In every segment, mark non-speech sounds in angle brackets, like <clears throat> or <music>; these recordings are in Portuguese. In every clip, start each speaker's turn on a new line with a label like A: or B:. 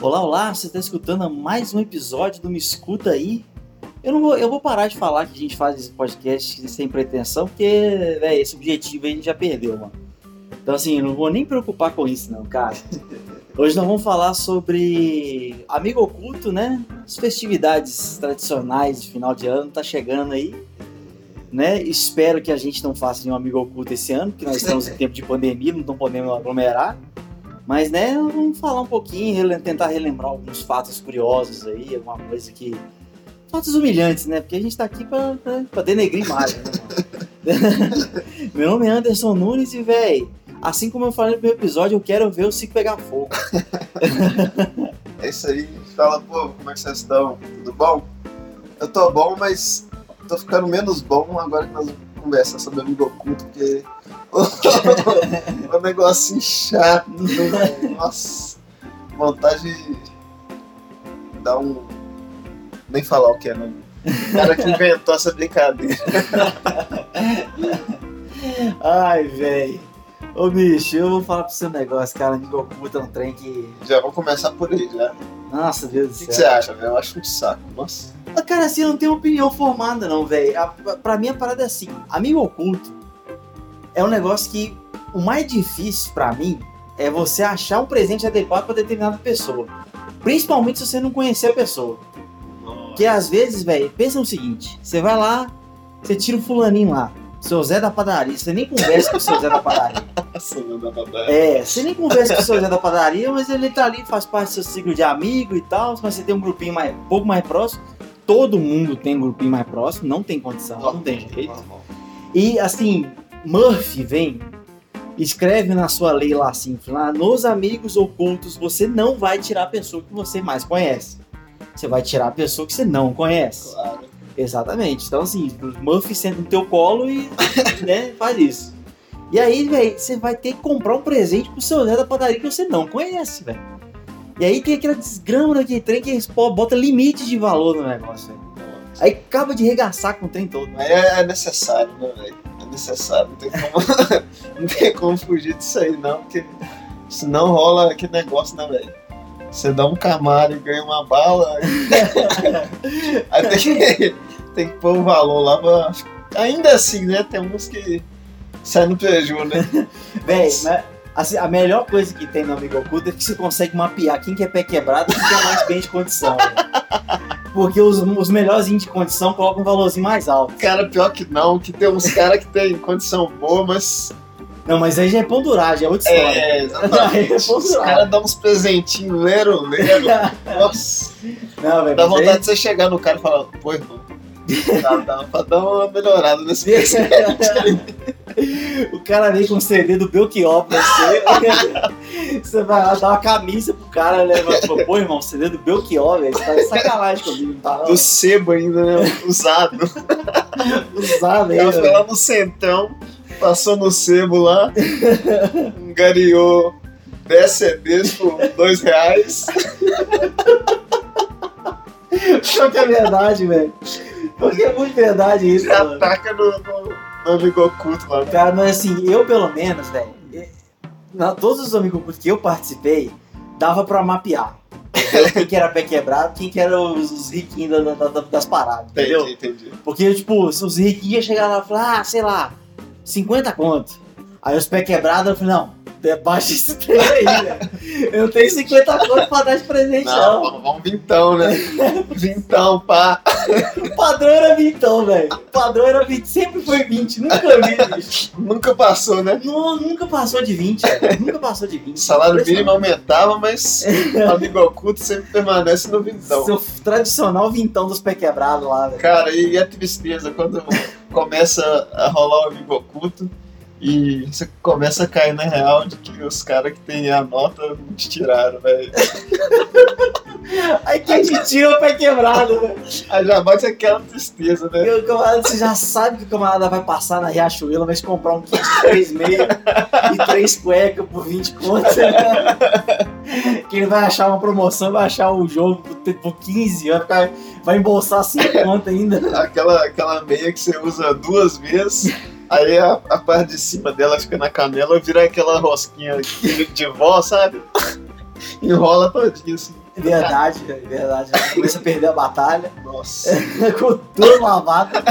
A: Olá, olá, você está escutando mais um episódio do Me Escuta Aí. Eu, não vou, eu vou parar de falar que a gente faz esse podcast sem pretensão, porque véi, esse objetivo aí a gente já perdeu, mano. Então, assim, eu não vou nem preocupar com isso, não, cara. Hoje nós vamos falar sobre amigo oculto, né? As festividades tradicionais de final de ano tá chegando aí, né? Espero que a gente não faça nenhum amigo oculto esse ano, porque nós estamos em tempo de pandemia, não estamos podendo aglomerar. Mas, né, vamos falar um pouquinho, rele- tentar relembrar alguns fatos curiosos aí, alguma coisa que... Fatos humilhantes, né? Porque a gente tá aqui pra, pra- pra denegrir mais, né, mano? <laughs> Meu nome é Anderson Nunes e, véi, assim como eu falei no primeiro episódio, eu quero ver o Cico pegar fogo.
B: É isso aí. Fala, povo, como é que vocês estão? Tudo bom? Eu tô bom, mas tô ficando menos bom agora que nós vamos conversar sobre amigo oculto, porque <laughs> é um negocinho chato. né? Nossa, vontade de dar um. Nem falar o que é, não. O cara que inventou essa brincadeira.
A: Ai, velho. Ô, bicho, eu vou falar pro seu negócio, cara. Amigo oculto é um trem que.
B: Já vou começar por aí, já.
A: Nossa, Deus do
B: O
A: céu.
B: que, que você acha, velho? Eu acho um saco. Nossa.
A: Ah, Cara, assim, eu não tenho opinião formada, não, velho. Pra mim, a parada é assim: amigo oculto é um negócio que o mais difícil pra mim é você achar um presente adequado pra determinada pessoa. Principalmente se você não conhecer a pessoa. Porque às vezes, velho, pensa no seguinte: você vai lá, você tira o fulaninho lá, seu Zé da padaria, você nem conversa com o seu Zé da padaria.
B: Nossa, não dá pra dar.
A: É, você nem conversa com o seu Zé da padaria, mas ele tá ali, faz parte do seu ciclo de amigo e tal, mas você tem um grupinho mais, um pouco mais próximo. Todo mundo tem um grupinho mais próximo, não tem condição, não tem jeito.
B: Normal.
A: E assim, Murphy vem, escreve na sua lei lá assim, lá, nos amigos ocultos você não vai tirar a pessoa que você mais conhece. Você vai tirar a pessoa que você não conhece.
B: Claro.
A: Exatamente. Então, assim, Muff senta no teu colo e <laughs> né, faz isso. E aí, velho, você vai ter que comprar um presente pro seu Zé da padaria que você não conhece, velho. E aí tem aquela desgrama daquele trem que eles pô- bota limite de valor no negócio, velho. Aí acaba de regaçar com o trem todo. né?
B: Mas é, é necessário, né, velho? É necessário, não tem, como, <laughs> não tem como fugir disso aí, não, porque senão rola aquele negócio, né, velho? Você dá um camário e ganha uma bala, aí, <laughs> aí tem, que, tem que pôr o valor lá pra. Ainda assim, né? Tem uns que saem no preju, né?
A: Véi, mas, assim, a melhor coisa que tem no Amigo Oculto é que você consegue mapear quem que é pé quebrado e quem que é mais bem de condição. velho. Porque os, os melhores de condição colocam um valorzinho mais alto.
B: Cara, pior que não, que tem uns caras que tem condição boa, mas.
A: Não, mas aí já é ponduragem, é outra história.
B: É, exatamente. Os caras dão uns presentinhos, lero,
A: <laughs>
B: lero. Nossa.
A: Não, velho.
B: Dá
A: mas aí-
B: vontade de você chegar no cara e falar, pô, irmão, dá, dá pra dar uma melhorada nesse
A: <laughs>
B: preço.
A: o cara vem com um CD do Belchior pra você. <laughs> você vai lá dar uma camisa pro cara, né? Mas, pô, pô, irmão, CD do Belchior, velho. Você tá de sacanagem comigo, não tá? Não.
B: Do sebo ainda, né? Usado.
A: Usar,
B: Ela
A: velho.
B: foi lá no centão, passou no sebo lá, engariou 10 CDs por 2 reais.
A: Só que é verdade, velho. Porque é muito verdade isso,
B: E
A: mano.
B: ataca no, no, no amigo oculto lá.
A: Cara, mas assim, eu pelo menos, velho, eh, na- todos os amigos que eu participei, dava pra mapear. entendeu? quem que era pé quebrado, quem que era os, os riquinhos da- da- da- das paradas, entendeu?
B: Entendi, entendi.
A: Porque, tipo, se os ricos iam chegar lá e falar, ah, sei lá, 50 conto. Aí os pé quebrados, eu falei, não, debaixa esse trem aí,
B: <laughs>
A: velho. Eu tenho 50 conto pra dar de presente,
B: Não,
A: não.
B: vamos- vamos vintão, né? Vintão, pá.
A: O padrão era 20, velho. O padrão era 20, sempre foi 20, nunca vi, bicho.
B: Nunca passou, né?
A: Não, nunca passou de 20, velho. Nunca passou de é 20.
B: Salário mínimo aumentava, mas <laughs> amigo oculto sempre permanece no vintão.
A: Seu tradicional vintão dos pé quebrados lá, velho.
B: Cara, e a tristeza quando começa a rolar o amigo oculto e você começa a cair na real de que os caras que tem a nota não te tiraram, né? velho.
A: Aí quem te tira é o pé quebrado, velho.
B: Aí já bate aquela tristeza, né?
A: E o camarada, você já sabe que o camarada vai passar na Riachuelo, vai comprar um kit de três meias e três cuecas por 20 contas. Que ele vai achar uma promoção, vai achar o jogo por- por 15, vai, ficar- vai embolsar 5 contas ainda.
B: Aquela, aquela meia que você usa duas vezes, aí a, a parte de cima dela fica na canela, vira aquela rosquinha de vó, sabe? Enrola todinho assim.
A: É Verdade, verdade. Ela começa a perder a batalha,
B: Nossa.
A: <laughs> com toda lavada,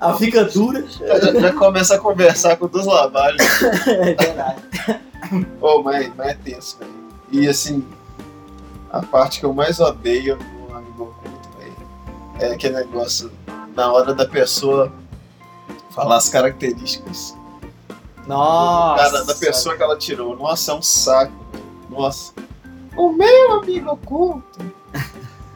A: ela fica dura.
B: Já, já começa a conversar com dois lavagens.
A: É verdade.
B: Pô, mas, mas é tenso, velho. E assim, a parte que eu mais odeio no amigo oculto, velho, é aquele negócio na hora da pessoa falar as características do
A: Nossa.
B: cara, da pessoa que ela tirou. Nossa, é um saco, velho. Nossa. O meu amigo oculto. <laughs>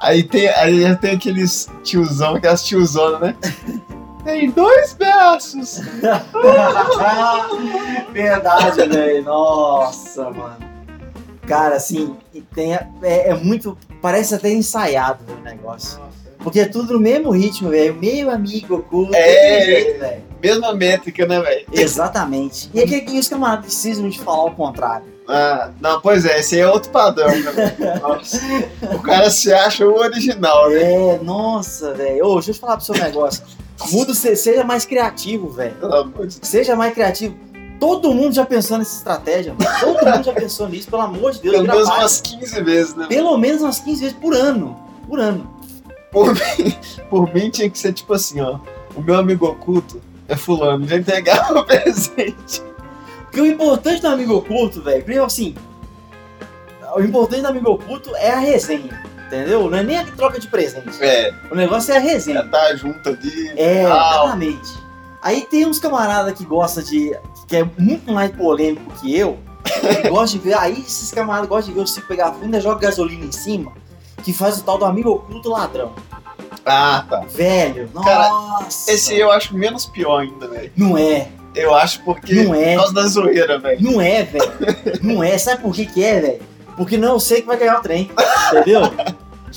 B: Aí tem, aí tem aqueles tiozão, aquelas tiozonas, né? <laughs> Tem dois braços.
A: <laughs> Verdade, velho. Nossa, mano. Cara, assim, e tem, a- é, é muito. Parece até ensaiado velho, o negócio. Porque é tudo no mesmo ritmo, velho. Meu amigo oculto.
B: É.
A: daquele jeito, velho.
B: Mesma métrica, né, velho?
A: Exatamente. E aqui, os camaradas precisam de falar o contrário.
B: Ah, não, pois é, esse aí é outro padrão, né? velho? Nossa.
A: <laughs>
B: O cara se acha o original, né?
A: É, nossa, velho. Ô, deixa eu te falar pro seu negócio. Muda o se- seja mais criativo, velho.
B: Pelo amor de
A: Seja mais criativo. Todo mundo já pensou nessa estratégia, mano. Todo mundo já pensou nisso, pelo amor de Deus.
B: Deus, pelo
A: vira
B: menos
A: página.
B: umas 15 vezes, né?
A: Pelo menos umas 15 vezes por ano. Por ano.
B: Por mim, por mim tinha que ser tipo assim, ó. O meu amigo oculto é fulano, já entregava o <laughs> presente.
A: Porque o importante do amigo oculto, velho, primeiro assim. O importante do amigo oculto é a resenha. Entendeu? Não é nem a troca de presente.
B: É,
A: O negócio é a
B: já
A: resenha.
B: tá junto ali.
A: É,
B: Tal.
A: exatamente. Aí tem uns camaradas que gostam de. que é muito mais polêmico que eu. Que gosta de ver. Aí esses camaradas gostam de ver o Cico pegar fogo, ainda joga gasolina em cima. Que faz o tal do amigo oculto ladrão.
B: Ah, tá.
A: Velho,
B: Cara,
A: nossa.
B: Esse eu acho menos pior ainda, velho.
A: Não é,
B: Eu acho porque.
A: não é.
B: Por causa da zoeira, velho.
A: Não é, velho. Não é. Sabe por que que é, velho? Porque não sei que vai ganhar o trem. Entendeu?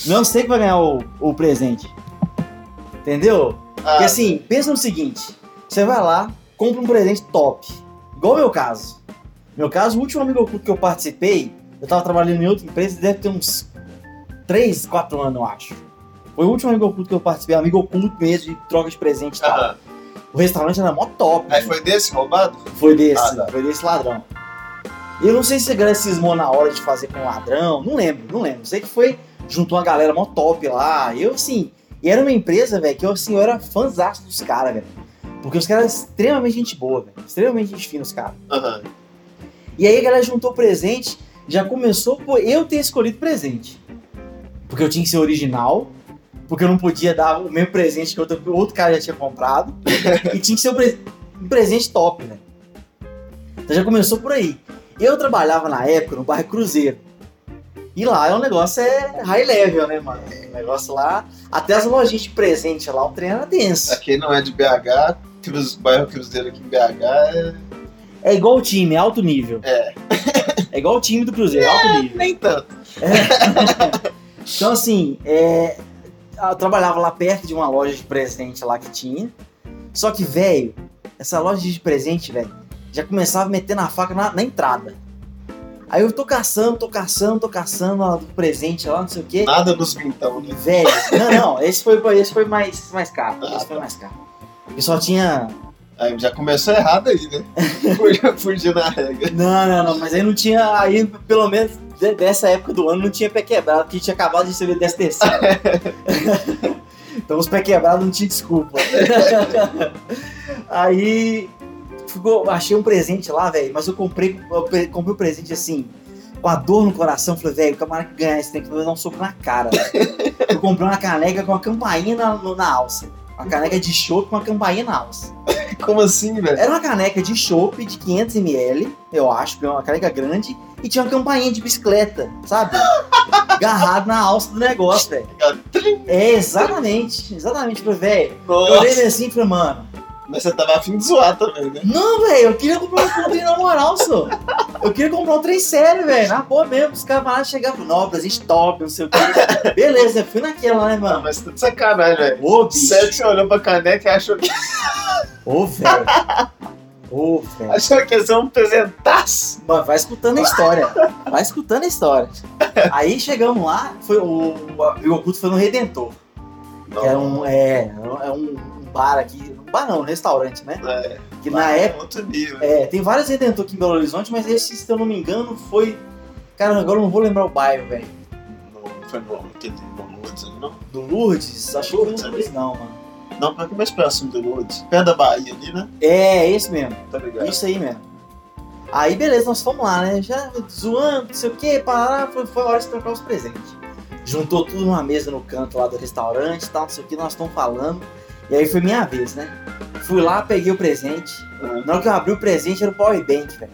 A: Não sei que vai ganhar o, o presente. Entendeu? Porque
B: Ah,
A: assim, pensa no seguinte. Você vai lá, compra um presente top. Igual meu caso. Meu caso, o último amigo oculto que eu participei, eu tava trabalhando em outra empresa, deve ter uns 3, 4 anos, eu acho. Foi o último amigo oculto que eu participei, amigo oculto mesmo, de troca de presente e tal.
B: aham.
A: O restaurante era mó top.
B: Aí
A: né?
B: foi desse roubado?
A: Foi desse,
B: Ah, tá.
A: foi desse ladrão. Eu não sei se a galera cismou na hora de fazer com o ladrão, não lembro, não lembro. Sei que foi, juntou uma galera mó top lá. Eu, assim, e era uma empresa, velho, que eu, assim, eu era fãzaço dos caras, velho. Porque os caras eram extremamente gente boa, velho. Extremamente gente fina, os caras.
B: Aham.
A: E aí a galera juntou presente, já começou por eu ter escolhido presente. Porque eu tinha que ser original, porque eu não podia dar o mesmo presente que outro, outro cara já tinha
B: <laughs>
A: comprado. e tinha que ser um, pre- um presente top, né? Então já começou por aí. Eu trabalhava na época no bairro Cruzeiro. E lá é um negócio é high level, né, mano? O negócio lá. Até as lojinhas de presente lá, o trem era denso.
B: Pra quem não é de BH, Cruz, bairro Cruzeiro aqui em BH é
A: É igual o time, é alto nível.
B: É.
A: É igual o time do Cruzeiro, é alto nível.
B: nem tanto.
A: Então, assim, é, eu trabalhava lá perto de uma loja de presente lá que tinha. Só que, velho, essa loja de presente, velho, já começava metendo a faca na, na entrada. Aí eu tô caçando, tô caçando, tô caçando a do presente lá, não sei o quê.
B: Nada nos vintão, né?
A: Velho, não, não, esse foi, esse foi mais, mais caro.
B: Ah,
A: Esse foi mais caro. E só tinha.
B: Aí já começou errado aí, né? <laughs> Fugiu, fugiu na regra.
A: Não, não, não, mas aí não tinha. Aí, pelo menos de- dessa época do ano, não tinha pé quebrado, porque tinha acabado de receber 10 terceiro. então os pé quebrados não tinha desculpa. aí. Ficou, achei um presente lá, velho, mas eu comprei, eu pe- comprei o presente assim, com a dor no coração. Falei, velho, o camarada que ganhar esse tem que dar um soco na cara. velho. eu comprei uma caneca com uma campainha na, no- na alça. Uma caneca de chope com uma campainha na alça.
B: Como assim, velho?
A: Era uma caneca de chopp de 500ml, eu acho, porque era uma caneca grande, e tinha uma campainha de bicicleta,
B: <laughs>
A: sabe? Agarrado na alça do negócio, velho. É, exatamente, exatamente, falei, velho. Eu
B: Nossa,
A: olhei ele assim e falei, mano,
B: mas você tava afim de zoar também, né?
A: não, velho, eu queria comprar um trem na moral, só. Eu queria comprar um trem sério, velho, na boa mesmo. Os caras falaram, chegavam, não, presente top, não sei o quê. Beleza, eu fui naquela, né,
B: Não,
A: mano?
B: mas tá de sacanagem, velho.
A: Ô, bicho,
B: Sério que você olhou pra caneca e achou, que-
A: ô, velho. Ô, velho.
B: achou que ia ser um presentaço?
A: Mano, vai escutando a história. Vai escutando a história. Aí chegamos lá, foi o, o, o Oculto foi no Redentor. Que era um, é, é um bar aqui. Um bar não, um restaurante, né?
B: É,
A: Que na época.
B: Outro nível.
A: É, tem vários Redentor aqui em Belo Horizonte, mas esse, se eu não me engano, foi Cara, agora eu não vou lembrar o bairro, velho.
B: Não, não foi bom, aquele do Lourdes ali, não?
A: Do Lourdes? Acho que foi do Lourdes, não, mano.
B: Não, pra que mais próximo do Lourdes? Perto da Bahia ali, né?
A: É, esse mesmo.
B: Tá ligado?
A: Isso aí mesmo. Aí beleza, nós fomos lá, né? Já zoando, não sei o que, parará, foi, foi a hora de trocar os presentes. Juntou tudo numa mesa no canto lá do restaurante e tal, não sei o que, nós estamos falando. E aí foi minha vez, né? Fui lá, peguei o presente.
B: Uhum.
A: Na hora que eu abri o presente era o Power Bank, velho.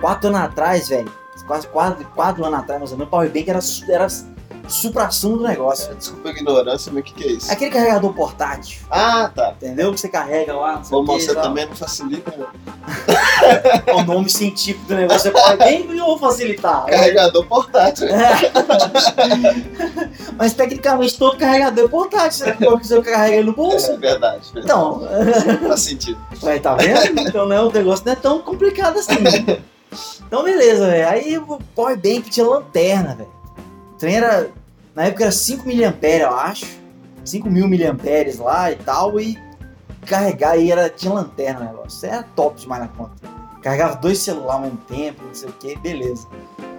A: Quatro anos atrás, velho. Quase quatro, quatro anos atrás, mais ou menos, o Power Bank era, su- era supra-sumo do negócio.
B: Desculpa a ignorância, mas o que, que é isso?
A: Aquele carregador portátil,
B: Ah, tá.
A: entendeu? Que você carrega lá, não sei
B: Bom,
A: o
B: mas
A: que,
B: você
A: tal.
B: também não facilita, né?
A: É o nome científico do negócio é Power Bank e eu vou facilitar.
B: Carregador portátil.
A: É. Mas tecnicamente todo carregador é portátil, você coloca o seu carrega ele no
B: É
A: bolso.
B: verdade. verdade.
A: Então,
B: Faz sentido.
A: Vai, tá vendo? Então né, o negócio não é tão complicado assim. Então beleza, velho. Aí o Power Bank tinha lanterna, velho. O trem era. Na época era 5 miliamperes, eu acho. 5 mil miliamperes lá e tal. E carregar e era, tinha lanterna o negócio. Era top demais na conta. Carregava dois celulares ao mesmo tempo, não sei o que, beleza.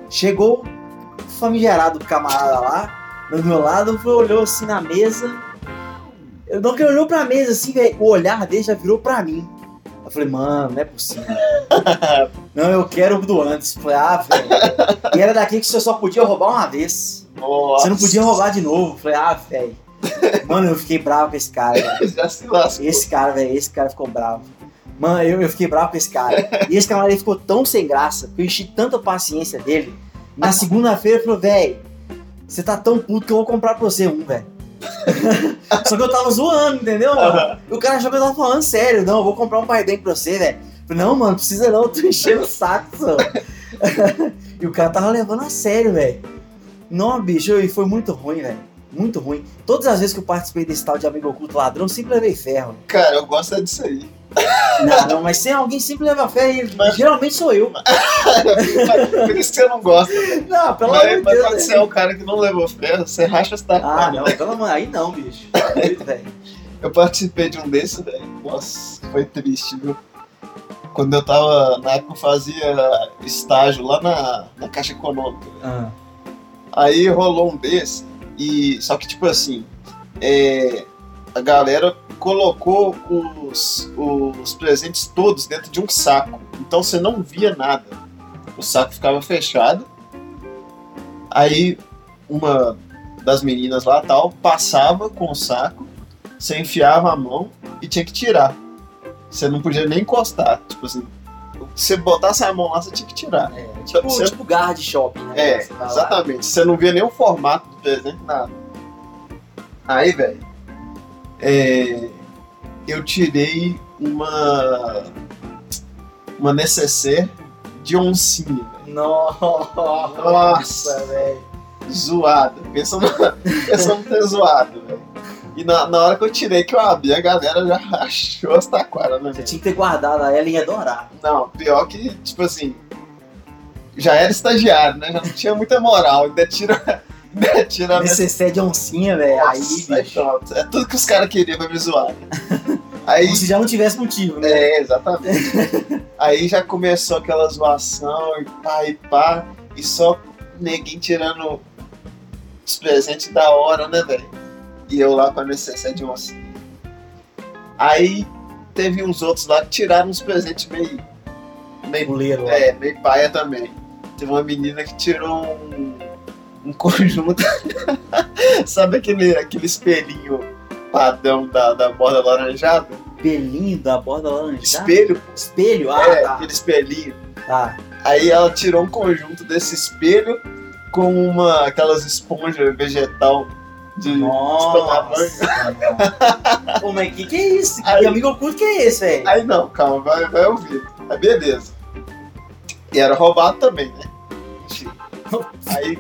A: Chegou o famigerado camarada lá, do meu lado, foi, olhou assim na mesa. Eu não que ele olhou pra mesa assim, velho. O olhar dele já virou pra mim. Eu falei, mano, não é possível. <laughs> não, eu quero o do antes. Eu falei, ah, velho. E era daqui que você só podia roubar uma vez.
B: Nossa.
A: Você não podia roubar de novo. Eu falei, ah, velho. Mano, eu fiquei bravo com esse cara, velho.
B: <laughs> Já se lascou.
A: Esse cara, velho, esse cara ficou bravo. Mano, eu, eu fiquei bravo com esse cara. E esse camarada ele ficou tão sem graça, que eu enchi tanta paciência dele. Na segunda-feira ele falou, velho, você tá tão puto que eu vou comprar pra você um, velho. <laughs> Só que eu tava zoando, entendeu? mano? E o cara achou que eu tava falando sério. Não, eu vou comprar um pai bem pra você, velho. Eu Falei, não, mano, precisa não, <laughs> eu tô enchendo o saco, só. <laughs> E o cara tava levando a sério, velho. Não, bicho, e foi muito ruim, velho. Muito ruim. Todas as vezes que eu participei desse tal de amigo oculto ladrão, eu sempre levei ferro.
B: <laughs> Cara, eu gosto é disso aí.
A: Não, não, mas sem alguém sempre leva fé e geralmente sou eu.
B: Por isso que você não gosta.
A: <laughs> Não, pelo amor de
B: Mas, mas
A: Deus.
B: quando
A: né?
B: você é o cara que não levou ferro, você racha as tacas.
A: Ah, não, pelo amor, aí não,
B: <laughs>
A: bicho. Velho.
B: Eu participei de um desses, velho. Nossa, foi triste, viu? Quando eu tava. Na época eu fazia estágio lá na, na Caixa Econômica.
A: Ah,
B: Aí rolou um desse. E. Só que tipo assim. é, a galera colocou os, os presentes todos dentro de um saco. Então você não via nada. O saco ficava fechado. Aí uma das meninas lá tal passava com o saco, você enfiava a mão e tinha que tirar. Você não podia nem encostar. Tipo assim, se você botasse a mão lá, você tinha que tirar.
A: é, tipo,
B: Você-
A: tipo guard shopping, né?
B: É,
A: Você vai lá.
B: exatamente. Você não via nem o formato do presente, nada. Aí, velho, é, eu tirei uma uma necessaire de oncinha, velho.
A: Nossa,
B: Nossa.
A: velho.
B: zoada. Pensa numa, <laughs> pensa num ter zoado, velho. E na, na hora que eu tirei, que eu abri, a galera já <laughs> achou as taquaras, né?
A: Você
B: velho?
A: tinha que ter guardado, aí ela ia adorar.
B: Não, pior que, tipo assim, já era estagiário, né? Já não tinha muita moral. Ainda tira, <laughs> ainda tira a
A: Necessaire de oncinha, velho. Aí,
B: Tá Nossa, Aí,
A: bicho.
B: pronto. É tudo que os caras queriam pra me zoar. né? Aí.
A: Como se já não tivesse motivo, né?
B: É, exatamente. Aí já começou aquela zoação e pá e pá. E só neguinho tirando os presentes da hora, né, velho? E eu lá com a necessaire de onça. Aí teve uns outros lá que tiraram uns presentes meio. meio
A: Goleiro lá.
B: é, meio paia também. Teve uma menina que tirou um, um conjunto. <laughs> Sabe aquele, aquele espelhinho padrão da, da borda laranjada?
A: Pelinho da borda laranjada.
B: Espelho?
A: Espelho? Ah,
B: É,
A: tá.
B: aquele espelhinho.
A: Tá.
B: Aí ela tirou um conjunto desse espelho com uma aquelas esponjas vegetal de
A: Nossa. mano. Pô, mas que que é isso?
B: Aí-
A: Que amigo oculto que é esse, velho?
B: Aí não, calma, vai, vai ouvir. Aí beleza. E era roubado também, né? Enfim. Aí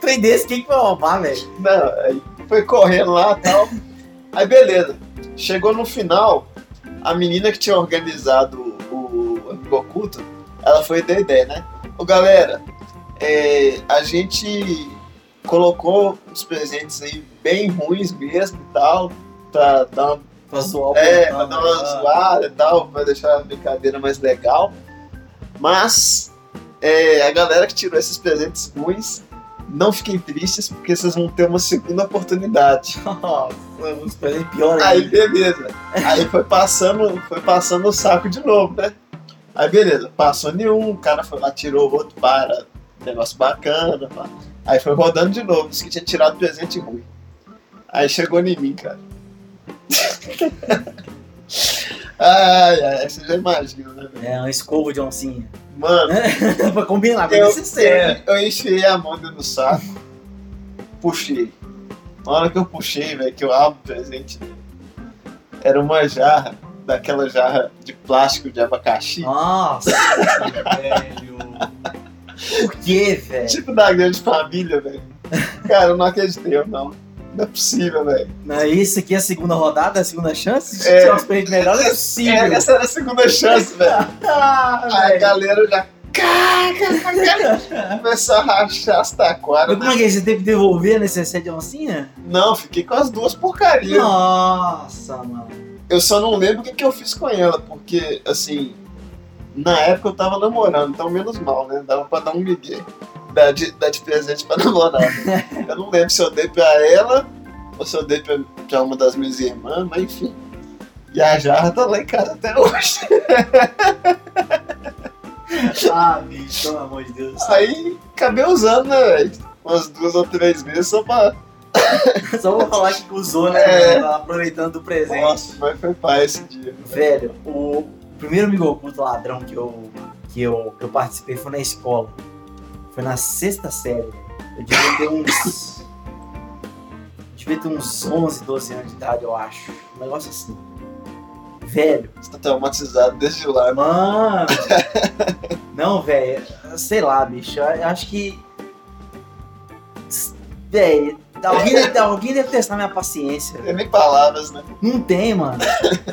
A: trem desse, quem que vai roubar, velho?
B: Não, aí foi correndo lá e tal. Aí beleza. Chegou no final, a menina que tinha organizado o o Amigo Oculto, ela foi da ideia, né? Ô galera, é, a gente colocou os presentes aí bem ruins mesmo e tal, pra dar uma
A: Pra zoar o
B: é, pra
A: portão,
B: dar
A: <laughs>
B: uma
A: né?
B: zoada e tal, pra deixar a brincadeira mais legal. Mas É, a galera que tirou esses presentes ruins, não fiquem tristes, porque vocês vão ter uma segunda oportunidade.
A: Os presentes pior
B: é Aí
A: ainda.
B: beleza. Aí foi passando, foi passando o saco de novo, né? Aí beleza, passou nenhum, o cara foi lá, tirou o outro para, negócio bacana, pá. Aí foi rodando de novo, disse que tinha tirado presente ruim. Aí chegou em mim, cara. <laughs> ai, ai, você já imagina, né, velho?
A: É, uma escova de oncinha. <laughs>
B: Mano,
A: pra combinar, pra
B: eu,
A: ser né? sincero.
B: é, eu enfiei a mão dentro do saco, puxei. Na hora que eu puxei, velho, que eu abro o presente, era uma jarra, daquela jarra de plástico de abacaxi.
A: Nossa, <laughs> velho. Por que, velho?
B: Tipo da grande família, velho. Cara, eu não acreditei, eu não. Não é possível, velho.
A: Não, isso aqui é a segunda rodada, a segunda chance? Se
B: É.
A: tiver uns peitos melhores, é possível.
B: É, essa era a segunda chance, velho.
A: Ah,
B: Aí a
A: velho.
B: galera já começou a rachar as taquaras.
A: Mas como é que é? Você teve que devolver a necessidade de oncinha?
B: Não, fiquei com as duas porcarias.
A: Nossa, mano.
B: Eu só não lembro o que, que eu fiz com ela, porque, assim, na época eu tava namorando, então menos mal, né? Dava pra dar um migué. Dar de, dar de presente pra <laughs> namorar. eu não lembro se eu dei pra ela ou se eu dei pra, pra uma das minhas irmãs, mas enfim. E a jarra tá lá em casa até hoje.
A: Ah, bicho, pelo amor de Deus.
B: Aí acabei usando, né, velho? Umas duas ou três vezes só pra.
A: Só vou falar que usou, né?
B: É.
A: Aproveitando o presente.
B: Nossa, mas foi pai esse dia.
A: Velho, o primeiro amigo oculto ladrão que eu, que, eu, que eu participei foi na escola. Foi na sexta série. Eu devia ter uns. eu devia ter uns 11, 12 anos de idade, eu acho. Um negócio assim. Velho,
B: Você tá traumatizado desde lá, né?
A: mano. Não, velho, sei lá, bicho. Eu acho que. Velho, alguém, deve- alguém deve testar minha paciência.
B: Não tem nem palavras, né?
A: Não tem, mano.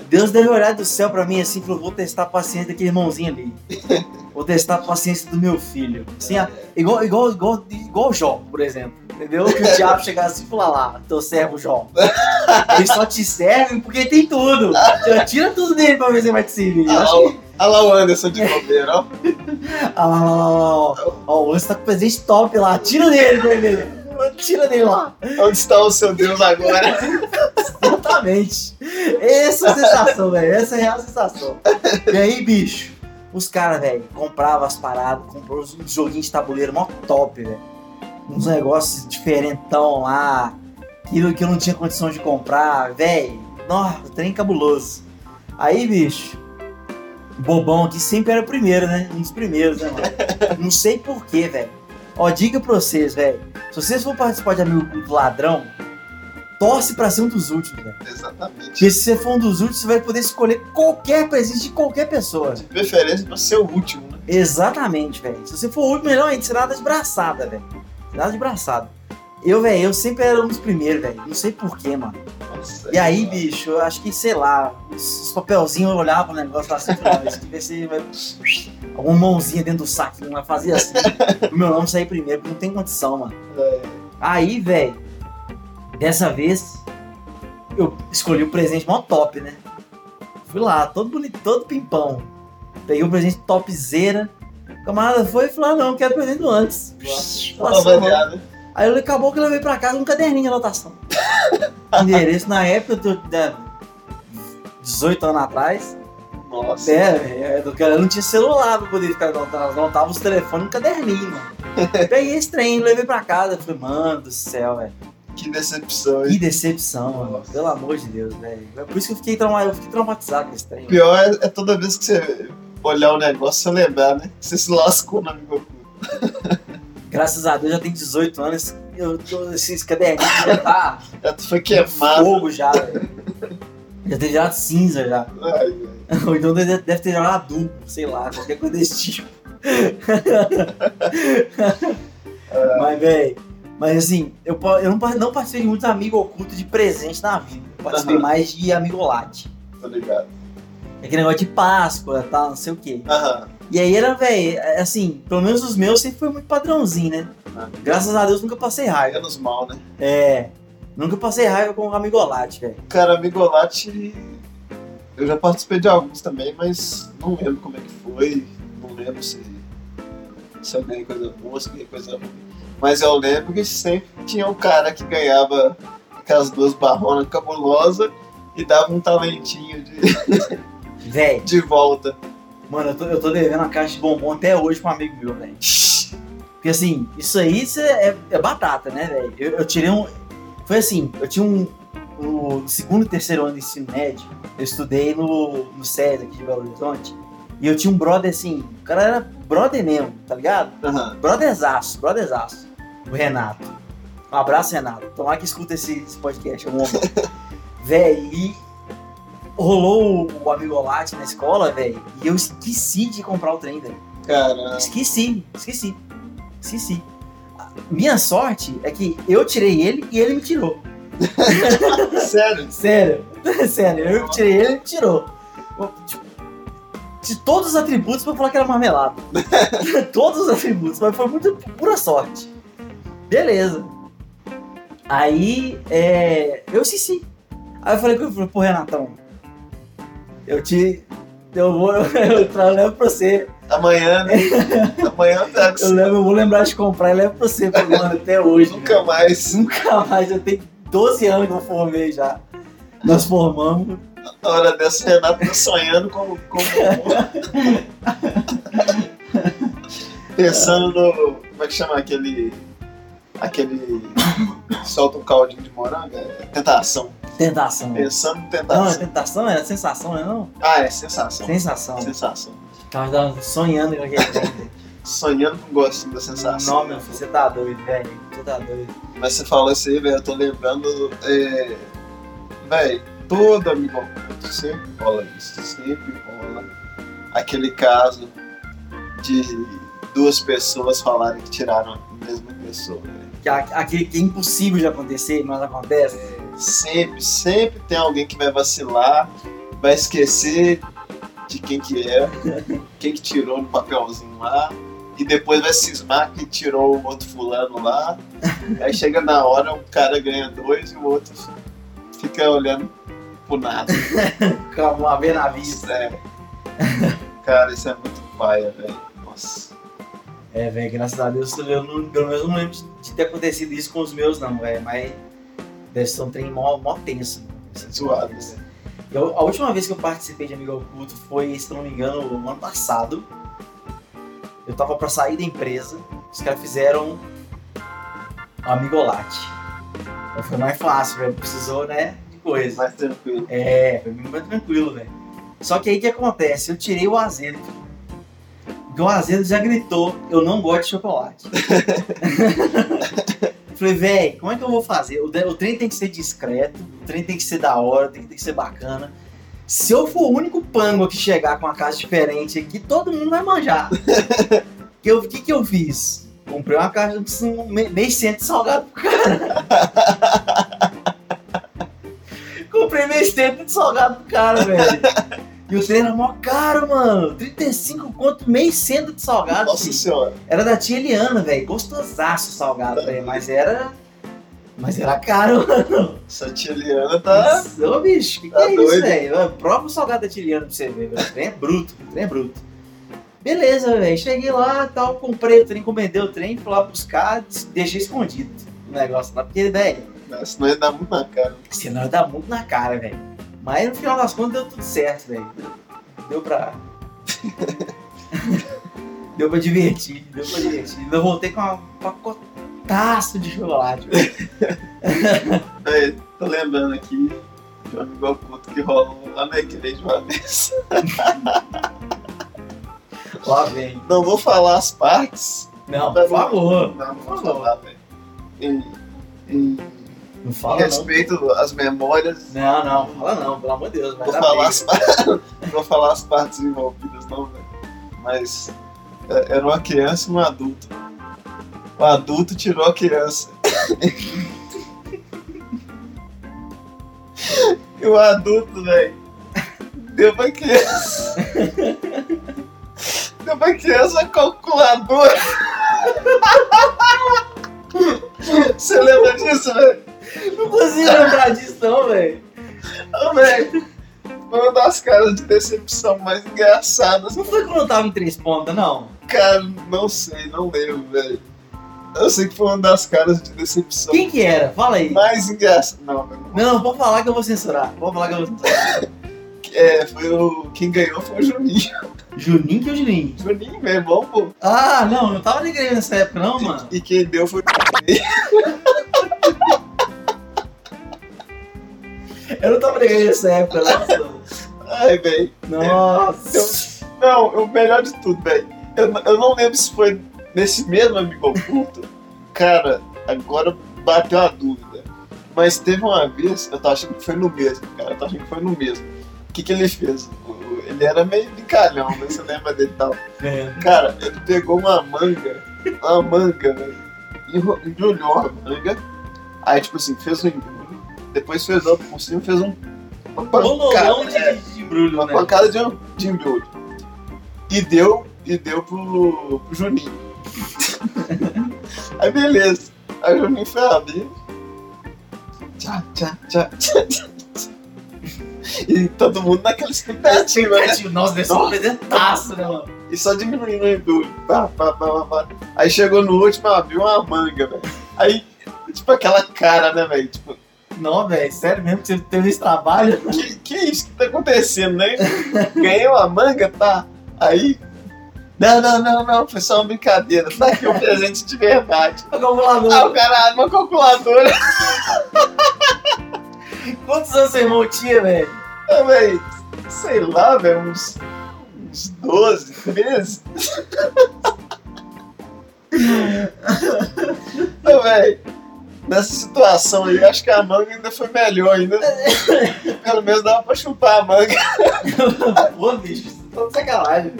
A: Deus deve olhar do céu pra mim assim, falou, vou testar a paciência daquele irmãozinho ali. Vou testar a paciência do meu filho. Assim, a- igual, igual, igual, igual o Jó, por exemplo. Entendeu? Que o diabo chegasse assim e falar lá, teu servo Jó. Ele só te serve porque ele tem tudo. Já tira tudo dele pra ver se ele vai te servir. Eu
B: Olha
A: acho
B: lá,
A: que-
B: o- olha lá o Anderson de bobeira, ó.
A: Ah, lá, lá, lá, lá, lá. Ó, o Anjo tá com presente top lá. Tira dele, bebê. Tira dele lá.
B: Onde está o seu Deus agora?
A: Exatamente. Essa é a sensação, velho. Essa é a real sensação. E aí, bicho, os caras, velho, compravam as paradas, comprou uns joguinhos de tabuleiro mó top, velho. Uns negócios diferentão lá, que eu, que eu não tinha condição de comprar, velho. Nossa, trem cabuloso. Aí, bicho, o bobão aqui sempre era o primeiro, né? Um dos primeiros, né, mano? Não sei porquê, velho. Ó, diga pra vocês, velho. Se vocês for participar de Amigo Oculto Ladrão, torce pra ser um dos últimos, velho.
B: Exatamente.
A: Porque se você for um dos últimos, você vai poder escolher qualquer presente de qualquer pessoa.
B: De preferência pra ser o último, né?
A: Exatamente, velho. Se você for o último, melhor ainda, você nada de braçada, velho. Nada de braçada. Eu, velho, eu sempre era um dos primeiros, velho. Não sei porquê, mano.
B: Nossa, é,
A: E aí,
B: cara.
A: bicho, eu acho que, sei lá, os os papelzinhos eu olhava o negócio e falava assim, "Não, isso aqui vai ser. Vai... Alguma mãozinha dentro do saco, não vai fazer assim. o meu nome sair primeiro, porque não tem condição, mano.
B: É,
A: Aí, velho, dessa vez eu escolhi o presente mó top, né? Fui lá, todo bonito, todo pimpão. Peguei o presente topzera. O camarada foi e falou: ah, não, quero presente do antes.
B: Fala,
A: Passou,
B: é variada.
A: Aí ele acabou que eu levei pra casa um caderninho de anotação. <laughs> Endereço na época, eu tô, né, 18 anos atrás.
B: Nossa.
A: É, velho, eu não tinha celular pra poder ficar anotando, anotava os telefones no caderninho, mano. Peguei esse trem, levei pra casa, falei, mano do céu, velho.
B: Que decepção, hein?
A: Que decepção, mano.
B: Nossa.
A: Pelo amor de Deus, velho. É por isso que eu fiquei, trauma... eu fiquei traumatizado com esse trem.
B: O pior é, é toda vez que você olhar o negócio, você lembrar, né? Você se lascou no amigo oculto.
A: Graças a Deus, já tem 18 anos. Eu tô, assim, esse esse caderninho já tá
B: Já É, tu foi queimado.
A: fogo já, velho. Já tem gerado cinza já.
B: Ai, velho.
A: Ou então deve deve ter gerado adulto, sei lá, qualquer coisa desse tipo. mas, velho, mas assim, eu, pa- eu não, par- não participei de muito amigo oculto de presente na vida. Eu Participei
B: Aham.
A: mais de amigolate.
B: Tô ligado.
A: Aquele negócio de Páscoa, tal, não sei o quê.
B: Aham.
A: E aí era, velho, assim, pelo menos os meus sempre foi muito padrãozinho, né?
B: Ah.
A: Graças a Deus nunca passei raiva.
B: Menos mal, né?
A: É. Nunca passei raiva com o amigolate, velho.
B: Cara, amigolate. Eu já participei de alguns também, mas não lembro como é que foi. Não lembro se se eu ganhei coisa boa, se eu ganhei coisa ruim. Mas eu lembro que sempre tinha um cara que ganhava aquelas duas barronas cabulosas e dava um talentinho de,
A: Véi,
B: de volta. <laughs>
A: mano, eu tô, eu tô devendo uma caixa de bombom até hoje pra um amigo meu, velho. Porque assim, isso aí cê é, é batata, né, velho? Eu, eu tirei um. Foi assim, eu tinha um. No segundo e terceiro ano de ensino médio, eu estudei no, no SESI aqui de Belo Horizonte. E eu tinha um brother assim, o cara era brother mesmo, tá ligado?
B: Aham.
A: Brotherzaço, brotherzaço. O Renato. Um abraço, Renato. Tomara que escuta esse, esse podcast, um homem. véi, e rolou o, o amigolate na escola, velho, e eu esqueci de comprar o trem, velho.
B: Cara,
A: Esqueci, esqueci, esqueci. A Minha sorte é que eu tirei ele e ele me tirou.
B: sério,
A: Sério, <laughs> sério, eu tirei ele e ele me tirou. Eu, tipo, de todos os atributos pra falar que era marmelada. <laughs> todos os atributos, mas foi muito pura sorte. Beleza. Aí é, eu esqueci. Aí eu falei com ele, pô, Renatão, eu te. Eu vou, <laughs> eu, tra- eu levo pra você.
B: amanhã, né? amanhã eu trago
A: Eu, levo, eu vou lembrar de comprar e levo pra você, porque, mano, até hoje.
B: nunca mais.
A: Nunca mais, eu tenho 12 anos que eu formei já. Nós formamos.
B: Na hora dessa, o Renato tá sonhando como. como... Pensando no. Como é que chama aquele. Aquele. Solta um caldinho de moranga? É Tentação.
A: Tentação.
B: Pensando em
A: Não, é
B: tentação.
A: tentação, é sensação, não é não?
B: Ah, é sensação.
A: Sensação.
B: Sensação.
A: Tava tava sonhando com aquele trem.
B: Sonhando com gostinho da <laughs> sensação.
A: Não, meu filho, você tá doido, velho. Você tá doido.
B: Mas você falou isso aí, velho, eu tô lembrando. É... Véi, todo amigo oculto sempre rola isso, sempre rola aquele caso de duas pessoas falarem que tiraram a mesma pessoa, velho.
A: Que, a- aquele que é impossível de acontecer, mas acontece.
B: Sempre, sempre tem alguém que vai vacilar, vai esquecer de quem que é, quem que tirou no papelzinho lá, e depois vai cismar que tirou o outro fulano lá. Aí chega na hora, um cara ganha dois e o outro fica olhando pro nada.
A: Com uma vez na vista.
B: Isso é. Cara, isso é muito paia, velho. Nossa.
A: É, velho, graças a Deus, eu não, pelo menos eu não lembro de, de ter acontecido isso com os meus, não, velho. Mas deve ser um trem mó, mó tenso. mano. Deve ser
B: é Zoado, né?
A: tenso. Eu- a última vez que eu participei de Amigo Oculto foi, se não me engano, no ano passado. Eu tava pra sair da empresa, os caras fizeram Amigolate. Então foi mais fácil, velho. Precisou, né, de coisa.
B: Mais tranquilo.
A: É, foi muito mais tranquilo, velho. Só que aí o que acontece? Eu tirei o azedo. Porque o azedo já gritou, eu não gosto de chocolate. Falei, velho, como é que eu vou fazer? O, de- o trem tem que ser discreto, o trem tem que ser da hora, tem que, tem que ser bacana. Se eu for o único pango que chegar com uma casa diferente aqui, todo mundo vai manjar. que eu- O que, que eu fiz? Comprei uma caixa de um me- meio cento de salgado pro cara. Comprei meio cento de salgado pro cara, velho. E o trem era mó caro, mano. 35 conto, meio cento de salgado. assim.
B: Nossa
A: filho.
B: senhora.
A: Era da tia Eliana, velho. Gostosaço o salgado, velho. Mas era. Mas era caro, mano.
B: Essa tia Liana tá.
A: Ô, bicho, que, que
B: Tá
A: é isso,
B: doido.
A: velho? Prova o salgado da tia Eliana pra você ver, velho. O trem é bruto, o trem é bruto. Beleza, velho. Cheguei lá tal, comprei o trem, encomendei o trem, fui lá buscar, des- deixei escondido o negócio lá. Porque, velho,
B: Nossa, não ia dar muito na cara.
A: senão ia dar muito na cara, velho. Mas no final das contas deu tudo certo, velho. Deu pra. <laughs> deu pra divertir, deu pra divertir. Eu voltei com uma pacotaço de chocolate. velho.
B: Véi, É, tô lembrando aqui de um amigo oculto que rolou lá na igreja uma vez.
A: Lá vem.
B: Não vou falar as partes.
A: Não, Ah, por favor.
B: Não, não vou falar, velho. Em, em
A: Não fala não.
B: respeito às memórias,
A: Não, não, fala não, pelo amor de Deus. Vai
B: vou
A: dar
B: falar,
A: briga.
B: as partes, <laughs> vou falar as partes envolvidas, não, velho. Mas é, era uma criança e um adulto. O adulto tirou a criança. <laughs> e o adulto, velho, deu pra criança.
A: <laughs>
B: deu pra criança a calculadora. <laughs> Você lembra disso, velho?
A: Não consigo lembrar disso, não, velho.
B: Ô, velho, Foi uma das caras de decepção mais engraçadas.
A: Não foi quando eu tava em três pontas, não.
B: Cara, não sei, não lembro, velho. Eu sei que foi uma das caras de decepção
A: Quem que era? Fala aí.
B: mais engraçada. Não, meu irmão.
A: Não, pode falar que eu vou censurar. Pode falar que eu vou censurar.
B: é, foi o. Quem ganhou foi o Juninho. <laughs>
A: Juninho que é o Juninho?
B: Juninho, meu irmão, pô.
A: Ah, não, não tava na igreja nessa época, não, mano.
B: E quem deu foi.
A: Eu não tava na igreja nessa época, não.
B: Ai, velho.
A: Nossa.
B: Não, o melhor de tudo, velho. Eu, n- eu não lembro se foi nesse mesmo amigo oculto. Cara, agora bateu a dúvida. Mas teve uma vez, eu tava achando que foi no mesmo, cara. Eu tava achando que foi no mesmo. O que, que ele fez? O- o- Ele era meio brincalhão, né? Você lembra dele e tal.
A: É.
B: Cara, ele pegou uma manga, uma manga, velho, enro- embrulhou a manga, aí, tipo assim, fez um embrulho, depois fez outro por cima, fez um, uma
A: Bololão
B: pancada, é,
A: de, de embrulho,
B: uma
A: né?
B: pancada de, um- de embrulho. E deu, e deu pro, pro Juninho. <laughs> aí, beleza. Aí o Juninho foi ali, tchá, tchá, tchá, tchá, tchá, tchá. E todo mundo naquela expectativa, né?
A: Nossa, deve ser um presentaço, né, mano?
B: e só diminuindo o embrulho. Pá, pá, pá, pá, pá. Aí chegou no último, abriu uma manga, velho. Aí, tipo, aquela cara, né, velho? Tipo,
A: Não, velho, sério mesmo que você teve esse trabalho?
B: que, que é isso que tá acontecendo, né? Ganhei uma manga, tá? Aí. Não, não, não, não, foi só uma brincadeira. Tá aqui um presente de verdade. Ah, o
A: Calculador.
B: caralho, uma calculadora. <laughs>
A: Quantos anos seu irmão tinha, velho?
B: Ah, velho, sei lá, velho, uns, uns 12, <laughs> 13. Ah, velho, nessa situação aí, acho que a manga ainda foi melhor ainda. Pelo menos dava pra chupar a manga.
A: Pô, bicho, você tá de sacanagem.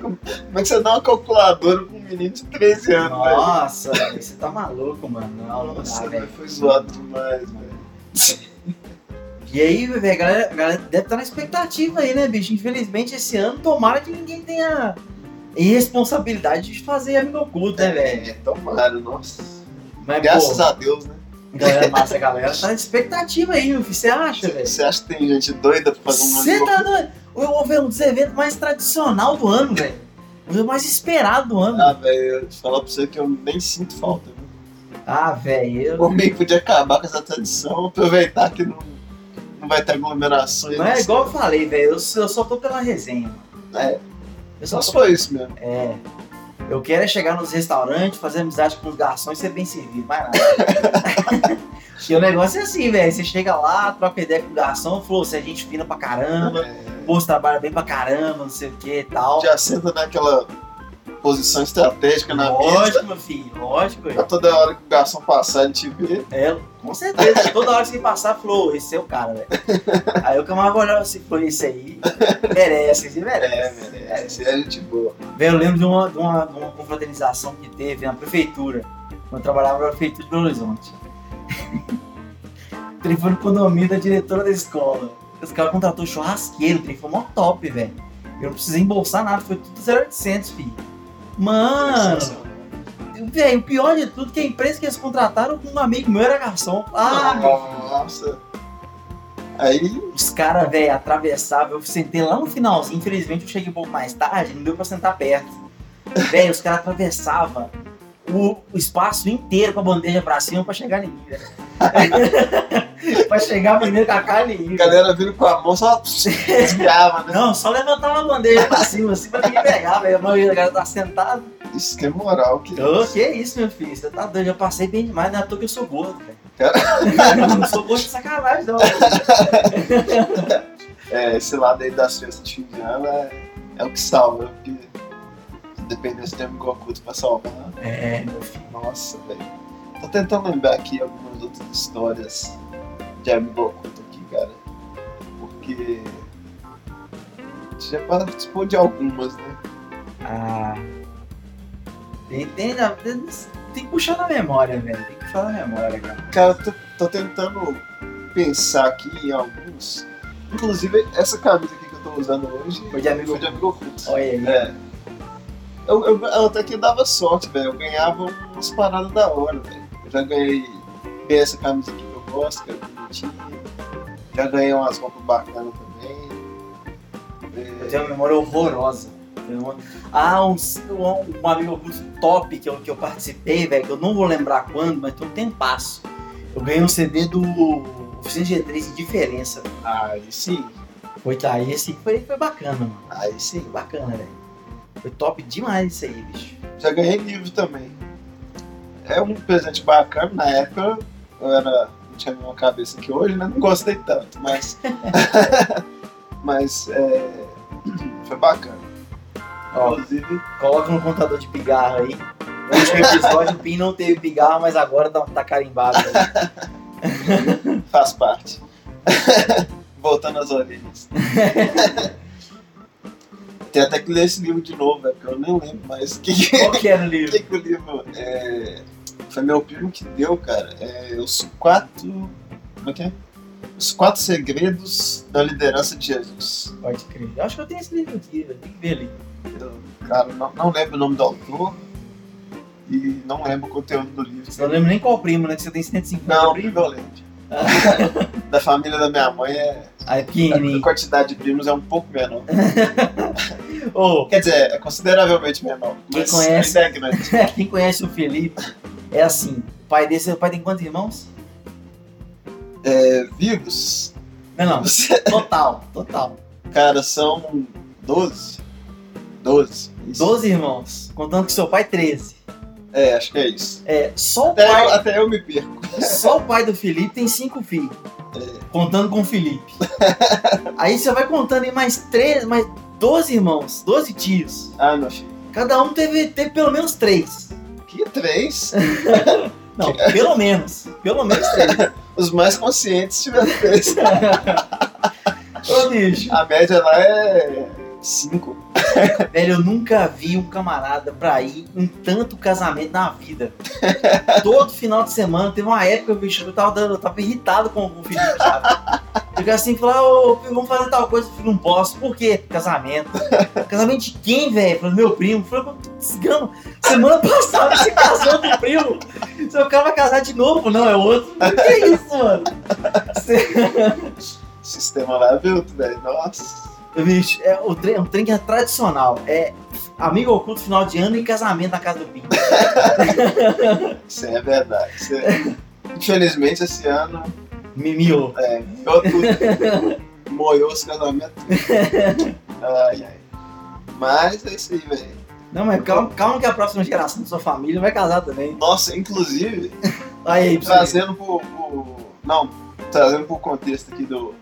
B: Como é que você dá uma calculadora pra um menino de 13 anos, velho?
A: Nossa, velho, você tá maluco, mano. Não, não dá,
B: Nossa,
A: velho.
B: velho, foi zoado demais, velho.
A: E aí, velho, a galera, a galera deve estar na expectativa aí, né, bicho? Infelizmente, esse ano, tomara que ninguém tenha irresponsabilidade de fazer amigo oculto, né, velho?
B: Tomara, Então nossa.
A: Mas,
B: Graças
A: pô,
B: a Deus, né?
A: galera massa, a galera tá na expectativa aí, o que você acha, velho?
B: Você acha que tem gente doida pra fazer um
A: Você tá doido? Eu vou ver um dos eventos mais tradicional do ano, velho. O evento mais esperado do ano.
B: Ah, velho, eu falar pra você que eu nem sinto falta. viu?
A: Ah, velho. eu-
B: O meio podia acabar com essa tradição, aproveitar que não, não vai ter aglomerações.
A: Mas é igual eu falei, velho. Eu, só- eu só tô pela resenha, mano.
B: É.
A: Eu só
B: Só se
A: tô...
B: for isso mesmo.
A: É. Eu quero é chegar nos restaurantes, fazer amizade com os garçons e ser bem servido, mais
B: <laughs>
A: nada. Porque o negócio é assim, velho. Você chega lá, troca ideia com o garçom, falou, você é gente fina pra caramba, o
B: É,
A: moço trabalha bem pra caramba, não sei o que e tal.
B: já senta naquela posição estratégica na Tá. mesa.
A: Lógico, meu filho, lógico.
B: Pra toda hora que o garçom passar, ele te vê.
A: É, com certeza. Toda hora que você passar, falou, esse é o cara,
B: <laughs>
A: velho. aí o camarada olhava assim, falou, esse aí merece, esse merece.
B: É, velho, essa é gente boa.
A: Velho, eu lembro de uma, de, uma, de uma confraternização que teve na prefeitura, quando eu trabalhava na prefeitura de Belo Horizonte. <laughs> Telefone pro condomínio da diretora da escola. Os caras contratou churrasqueiro, telefone mó top, velho. Eu não precisei embolsar nada, foi tudo 0,800, filho.
B: é
A: Mano, velho, o pior de tudo é que a empresa que eles contrataram, um amigo meu era garçom. Ah, meu
B: Nossa. Aí,
A: os caras, velho, atravessavam. Eu sentei lá no finalzinho. Infelizmente, eu cheguei um pouco mais tarde, não deu pra sentar perto. Velho, os caras atravessavam o, o espaço inteiro com a bandeja pra cima pra chegar em mim, velho. <laughs> pra chegar primeiro com a carne em mim.
B: a
A: velho.
B: galera vira com a mão, só desviava, né?
A: Não, só levantava a bandeja pra cima, assim, pra ninguém pegar, velho. A maioria da galera tá sentada.
B: Isso que é moral, que
A: Ô, que isso, meu filho? Você tá doido? Eu passei bem demais, não é à toa que eu sou gordo, <laughs> velho. Eu não sou gordo de sacanagem, não.
B: é, esse lado aí das festas de fim de ano é, é o que salva, porque se dependesse de amigo oculto um pra salvar, né?
A: É,
B: nossa, velho. Tô tentando lembrar aqui algumas outras histórias de amigo oculto aqui, cara. Porque a gente já participou de algumas, né?
A: Ah. Tem, tem, tem, tem que puxar na memória, velho. Tem que puxar na memória, cara.
B: Cara, eu tô, tô tentando pensar aqui em alguns. Inclusive, essa camisa aqui que eu tô usando hoje
A: Foi de amigo
B: foi de amigo oculto.
A: Olha aí.
B: É. Eu, eu- eu até que dava sorte, velho. Eu ganhava umas paradas da hora, velho. Eu já ganhei bem essa camisa aqui que eu gosto, que é bonitinha. Já ganhei umas roupas bacanas também.
A: Eu tenho uma memória horrorosa. velho. Uma- Ah, um, um, um amigo oculto top que eu, que eu participei, velho, que eu não vou lembrar quando, mas tem um tempasso. Eu ganhei um CD do Oficina G3 de diferença. velho.
B: Aí sim,
A: Foi tá, aí esse foi, foi bacana, mano.
B: aí sim.
A: Sim, bacana, velho. Foi top demais isso aí, bicho.
B: Já ganhei livro também. É um presente bacana. Na época eu era. não tinha a mesma cabeça que hoje, né? Não gostei tanto, mas. <laughs> mas é, <clears throat> foi bacana.
A: Ó,
B: Inclusive,
A: Coloca no contador de pigarro aí. No último episódio, o Pim não teve pigarro, mas agora tá, tá carimbado. aí.
B: faz parte. <laughs> Voltando às orelhas. Tem até que ler esse livro de novo, velho, porque eu nem lembro mais o que,
A: <laughs>
B: que
A: Qual que era o
B: O
A: livro?
B: que, que o livro é, foi meu primo que deu, cara? É, os quatro. Como é que é? Os quatro segredos da liderança de Jesus.
A: Pode crer. Eu acho que eu tenho esse livro aqui, velho. tem que ver ali.
B: Eu, cara, não, não lembro o nome do autor e não lembro o conteúdo do livro.
A: Você não lembra nem qual primo, né? Que você tem 150
B: Não,
A: primos.
B: eu
A: <laughs>
B: lembro. da família da minha mãe, é,
A: Aí,
B: a
A: pequenininho.
B: quantidade de primos é um pouco menor.
A: Ô,
B: Quer dizer, é consideravelmente menor.
A: Quem
B: Mas
A: conhece-
B: ainda é grande.
A: quem conhece o Felipe, é assim. O pai desse, o pai tem quantos irmãos?
B: É, vivos,
A: Não, não. Total, total.
B: cara, são 12. 12. isso.
A: 12 irmãos. Contando que seu pai, 13.
B: É, acho que é isso.
A: É, só o
B: Até eu,
A: pai,
B: até eu me perco.
A: só o pai do Felipe tem 5 filhos. contando com o Felipe. Aí você vai contando em mais três, mais 12 irmãos, 12 tios.
B: Ah, meu filho.
A: Cada um teve, teve pelo menos três.
B: Que três?
A: Não, pelo menos. Pelo menos três.
B: Os mais conscientes tiveram três.
A: Ô, bicho.
B: A média lá é cinco.
A: Velho, eu nunca vi um camarada pra ir em tanto casamento na vida. <laughs> Todo final de semana, teve uma época, bicho, que eu tava, dando, eu tava irritado com o Felipe, sabe? Ficar assim, falar, ô, filho, vamos fazer tal coisa, filho, não posso. Por quê? Casamento. Casamento de quem, velho? Falei, meu primo. Falei, desgrama. Semana passada você casou com o primo. Seu cara vai casar de novo. Não, é outro. Que isso, mano? Você-
B: Sistema lá, viu, velho? Nossa.
A: Bicho, é o trem, é um trem que é tradicional. É amigo oculto final de ano e casamento na casa do Pinho.
B: Isso aí é verdade. Isso é- Infelizmente, esse ano,
A: Mimiou.
B: é, eu tudo. Moiou
A: <laughs>
B: os casamentos. Ai, ai. Mas é isso aí, velho.
A: Não, mas calma, calma que a próxima geração da sua família vai casar também.
B: Nossa, inclusive,
A: Aí, aí, pra você.
B: trazendo pro, pro- Não, trazendo pro contexto aqui do,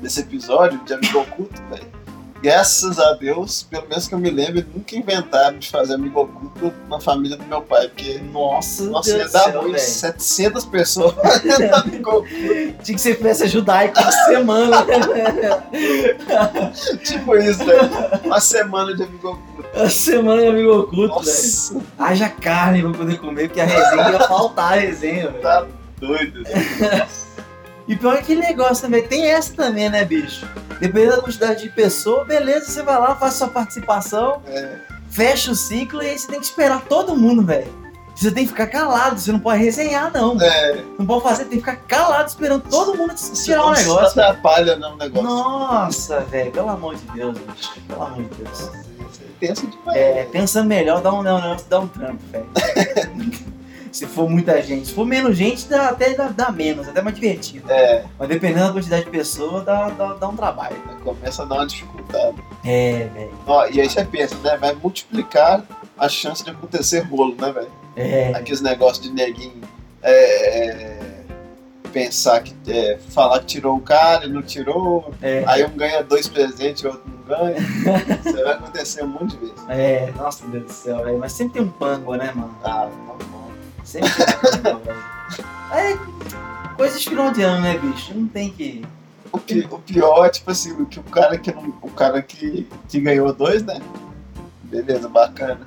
B: desse episódio de Amigo Oculto, velho. Graças a Deus, pelo menos que eu me lembro, nunca inventaram de fazer Amigo Oculto na família do meu pai, porque.
A: Nossa,
B: Nossa, ia
A: Deus
B: dar
A: do
B: ruim,
A: céu,
B: 700 pessoas <laughs> fazendo Amigo Oculto.
A: velho. Tinha que ser festa judaica uma semana. né,
B: <laughs> Tipo isso, velho. Uma semana de Amigo Oculto.
A: uma semana de amigo oculto, velho.
B: Nossa,
A: Haja carne pra poder comer, porque a resenha ia faltar a resenha, velho.
B: tá doido. velho. Nossa.
A: E pior é que negócio também, tem essa também, né, bicho? Dependendo da quantidade de pessoa, beleza, você vai lá, faz sua participação,
B: É.
A: fecha o ciclo e aí você tem que esperar todo mundo, velho. Você tem que ficar calado, você não pode resenhar, não.
B: É,
A: Não pode fazer, tem que ficar calado esperando todo mundo tirar o
B: não se
A: negócio.
B: atrapalha, não, o negócio.
A: Nossa, velho, pelo amor de Deus, bicho. Pelo amor de Deus.
B: Nossa, é tenso demais.
A: É, pensando melhor, dá um, dá um, dá um trampo, velho. <laughs> se for muita gente. Se for menos gente, dá até dá, dá menos, até mais divertido.
B: É,
A: Mas dependendo da quantidade de pessoa, dá, dá, dá um trabalho.
B: começa a dar uma dificuldade.
A: É, velho.
B: Ó, e aí você pensa, né? Vai multiplicar a chance de acontecer rolo, né, velho?
A: É.
B: Aqueles negócios de neguinho é, é, pensar que. é, falar que tirou o cara e não tirou.
A: É.
B: Aí um ganha dois presentes e o outro não ganha. Isso vai acontecer um monte de vezes.
A: É, nossa, meu Deus do céu, velho. Mas sempre tem um pango, né, mano?
B: Ah, tá bom.
A: Sempre tem um pango, <laughs> velho. É coisas de final de ano, né, bicho? Não tem que.
B: O, pi- o pior é, tipo assim, que o cara que não. O cara que, que ganhou dois, né? Beleza, bacana.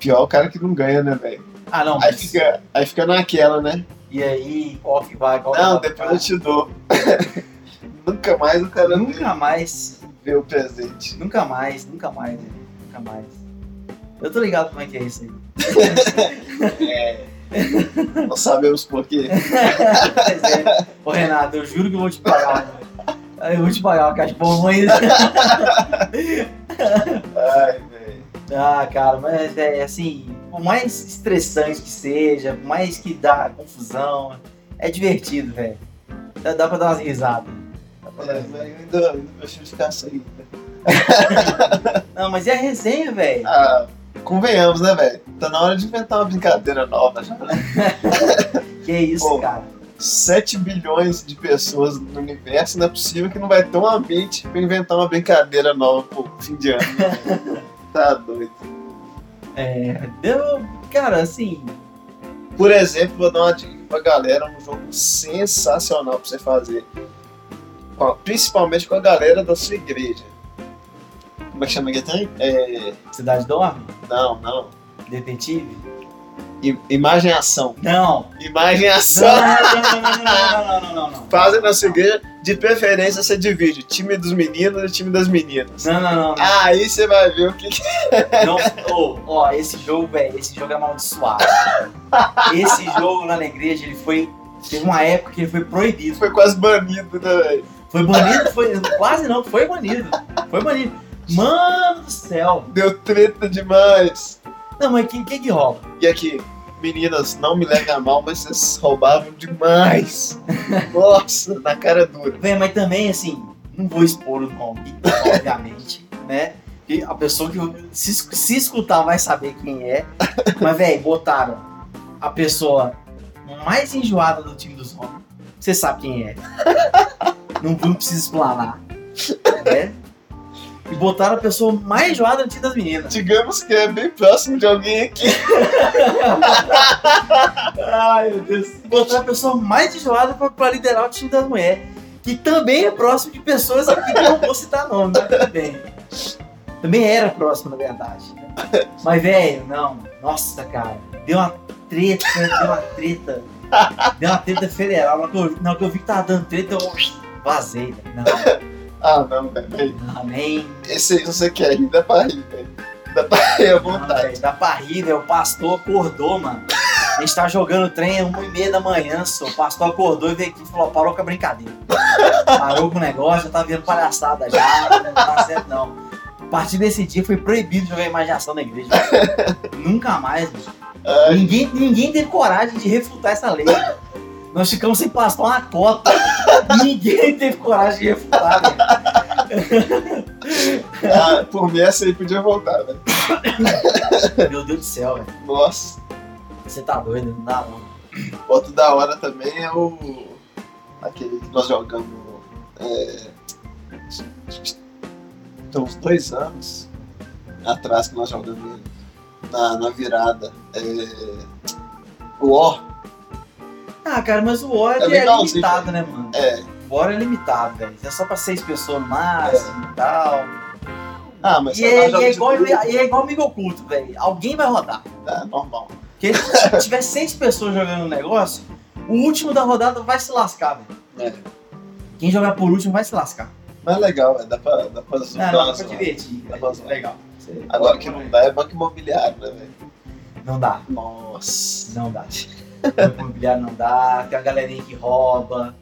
B: Pior é o cara que não ganha, né, velho?
A: Ah, não,
B: Aí
A: mas.
B: fica, aí fica naquela, né?
A: E aí, qual que vai, qual que
B: Não, tá.
A: vai
B: depois eu te dou. <laughs> Nunca mais o cara vê,
A: Nunca mais,
B: vê o presente.
A: nunca mais, nunca mais, velho. Nunca mais. Eu tô ligado como é que é isso aí.
B: <laughs> Nós sabemos por quê.
A: Pois é. Ô, Renato, eu juro que eu vou te pagar. velho. Aí eu vou te pagar uma caixa de bombom ainda.
B: Ai, velho.
A: Ah, cara, mas é assim, por mais estressante que seja, por mais que dá confusão, é divertido, velho. Dá, dá pra dar umas risadas. Dá pra dar
B: É,
A: umas risadas.
B: velho, eu ainda, ainda prefiro ficar sem.
A: Não, mas e a resenha, velho?
B: Ah, convenhamos, né, velho? Tá na hora de inventar uma brincadeira nova já. né?
A: Que isso,
B: Pô.
A: cara.
B: 7 bilhões de pessoas no universo, não é possível que não vai ter um ambiente pra inventar uma brincadeira nova pro fim de ano. <laughs> tá doido.
A: Deu, cara, assim,
B: Por exemplo, vou dar uma dica pra galera, um jogo sensacional pra você fazer. Com a- Principalmente com a galera da sua igreja. Como é que chama que tem? É...
A: Cidade Dorme?
B: Não, não.
A: Detetive?
B: I- Imagem e ação.
A: Não.
B: Imagem e ação.
A: Não, não, não, não, não, não, não, não, não, não.
B: Fazem na sua igreja, de preferência você divide o time dos meninos e o time das meninas.
A: Não, não, não, não.
B: Aí você vai ver o que que
A: Não, ô, ó, esse jogo, velho, esse jogo é amaldiçoado. Esse jogo lá na igreja, ele foi. Teve uma época que ele foi proibido.
B: foi quase banido, né, velho?
A: Foi banido, foi. Quase não, foi banido. Foi banido. Mano do céu.
B: Deu treta demais.
A: Não, mas quem que, que rola?
B: E aqui, meninas, não me levem a mal, mas vocês roubavam demais. Nossa, na cara dura.
A: Véi, mas também, assim, não vou expor o nome, obviamente, <laughs> né? E a pessoa que se, es- se escutar vai saber quem é. Mas, velho, botaram a pessoa mais enjoada do time dos homens. Você sabe quem é. Não, não precisa explanar. Né? E botaram a pessoa mais enjoada do time das meninas.
B: Digamos que é bem próximo de alguém aqui.
A: Ai, meu Deus. Botaram a pessoa mais enjoada pra, pra liderar o time das mulheres. Que também é próximo de pessoas aqui que eu não vou citar nome, mas tudo bem. Também era próximo, na verdade. né? Mas, velho, não. Nossa, cara. Deu uma treta, né? deu uma treta. Deu uma treta federal. Na hora que eu, na hora que eu vi que tava dando treta, eu vazei. velho. Não,
B: Ah, não, velho.
A: não, nem.
B: Esse aí, se você quer rir, dá pra rir, velho. Dá pra rir
A: Não,
B: à vontade.
A: velho, dá pra rir, velho. O pastor acordou, mano. A gente tá jogando trem, uma e meia da manhã, só. O pastor acordou e veio aqui e falou: parou com a brincadeira. Parou com o negócio, já tá vendo palhaçada já. Não tá certo, não. A partir desse dia foi proibido jogar imaginação na igreja. Nunca mais, mano.
B: Ai,
A: Ninguém, ninguém teve coragem de refutar essa lei. Nós ficamos sem pastor uma cota. Ninguém teve coragem de refutar, velho.
B: ah, por mim, essa aí podia voltar, né? velho.
A: Meu Deus do céu, velho.
B: Nossa,
A: Você tá doido, não dá não.
B: outro da hora também é o. Aquele que nós jogamos. É... Então, uns dois anos atrás que nós jogamos ele, na, na virada. É... O O.
A: Ah, cara, mas o War
B: É
A: ele é,
B: legalzinho,
A: limitado, né, mano?
B: É.
A: O War é limitado, velho. É só pra seis pessoas no máximo e tal.
B: Ah, mas
A: E
B: nós
A: é, e é
B: jogamos de
A: igual,
B: grupo,
A: e é igual amigo oculto, velho. Alguém vai rodar.
B: Tá, normal.
A: Porque se tiver seis pessoas jogando o negócio, o último da rodada vai se lascar, velho.
B: É.
A: Quem jogar por último vai se lascar.
B: Mas é legal, velho. Dá pra, dá pra
A: Não,
B: zoar.
A: não, dá pra
B: zoar.
A: divertir.
B: Dá
A: velho.
B: pra zoar.
A: Legal.
B: Agora o que não dá é banco imobiliário, né, velho?
A: Não dá.
B: Nossa.
A: Não dá. Banco imobiliário não dá, tem uma galerinha que rouba.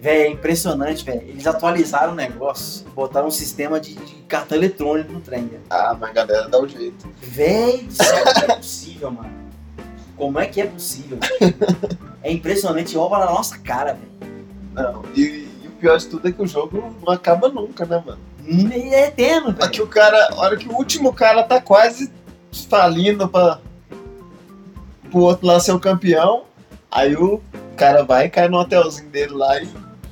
A: Véi, é impressionante, velho. Eles atualizaram o negócio, botaram um sistema de, de cartão eletrônico no trem, velho.
B: Ah, mas a galera dá um jeito.
A: Véi, do céu, como é que é possível, mano. Como é que é possível? É impressionante, rouba na nossa cara, velho.
B: Não. E, e o pior de tudo é que o jogo não acaba nunca, né, mano?
A: Hum, e É eterno,
B: Aqui
A: velho.
B: o cara, a hora que o último cara tá quase falindo pra pro outro lá ser o campeão, aí o cara vai, cai no hotelzinho dele lá e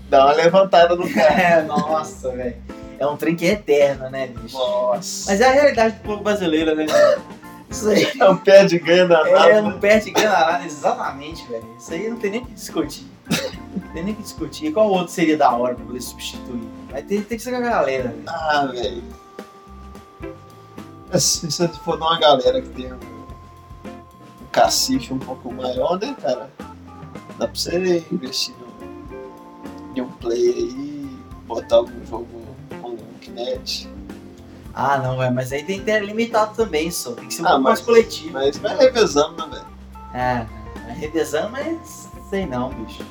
B: dá uma levantada no cara.
A: É, nossa, velho. É um trem que é eterno, né, bicho?
B: Nossa.
A: Mas é a realidade do povo brasileiro, né, velho? Isso aí.
B: É um pé de ganho danado.
A: É,
B: né?
A: não perde granada, exatamente, velho. Isso aí não tem nem o que discutir. Não tem nem o que discutir. E qual outro seria da hora pra poder substituir? Vai ter, tem que ser com a galera, né? velho.
B: Ah, velho. É, Se se você for numa galera que tem um, um cacife um pouco maior, né, cara? Dá pra você investir num- em um player aí, botar algum jogo com um Kinect.
A: Ah, não, velho, mas aí tem que ter limitado também, só. Tem que ser um
B: Ah,
A: pouco mais
B: mas-
A: coletivo.
B: Mas é vai revezando, né, velho?
A: É, vai revezando, mas sei não, bicho.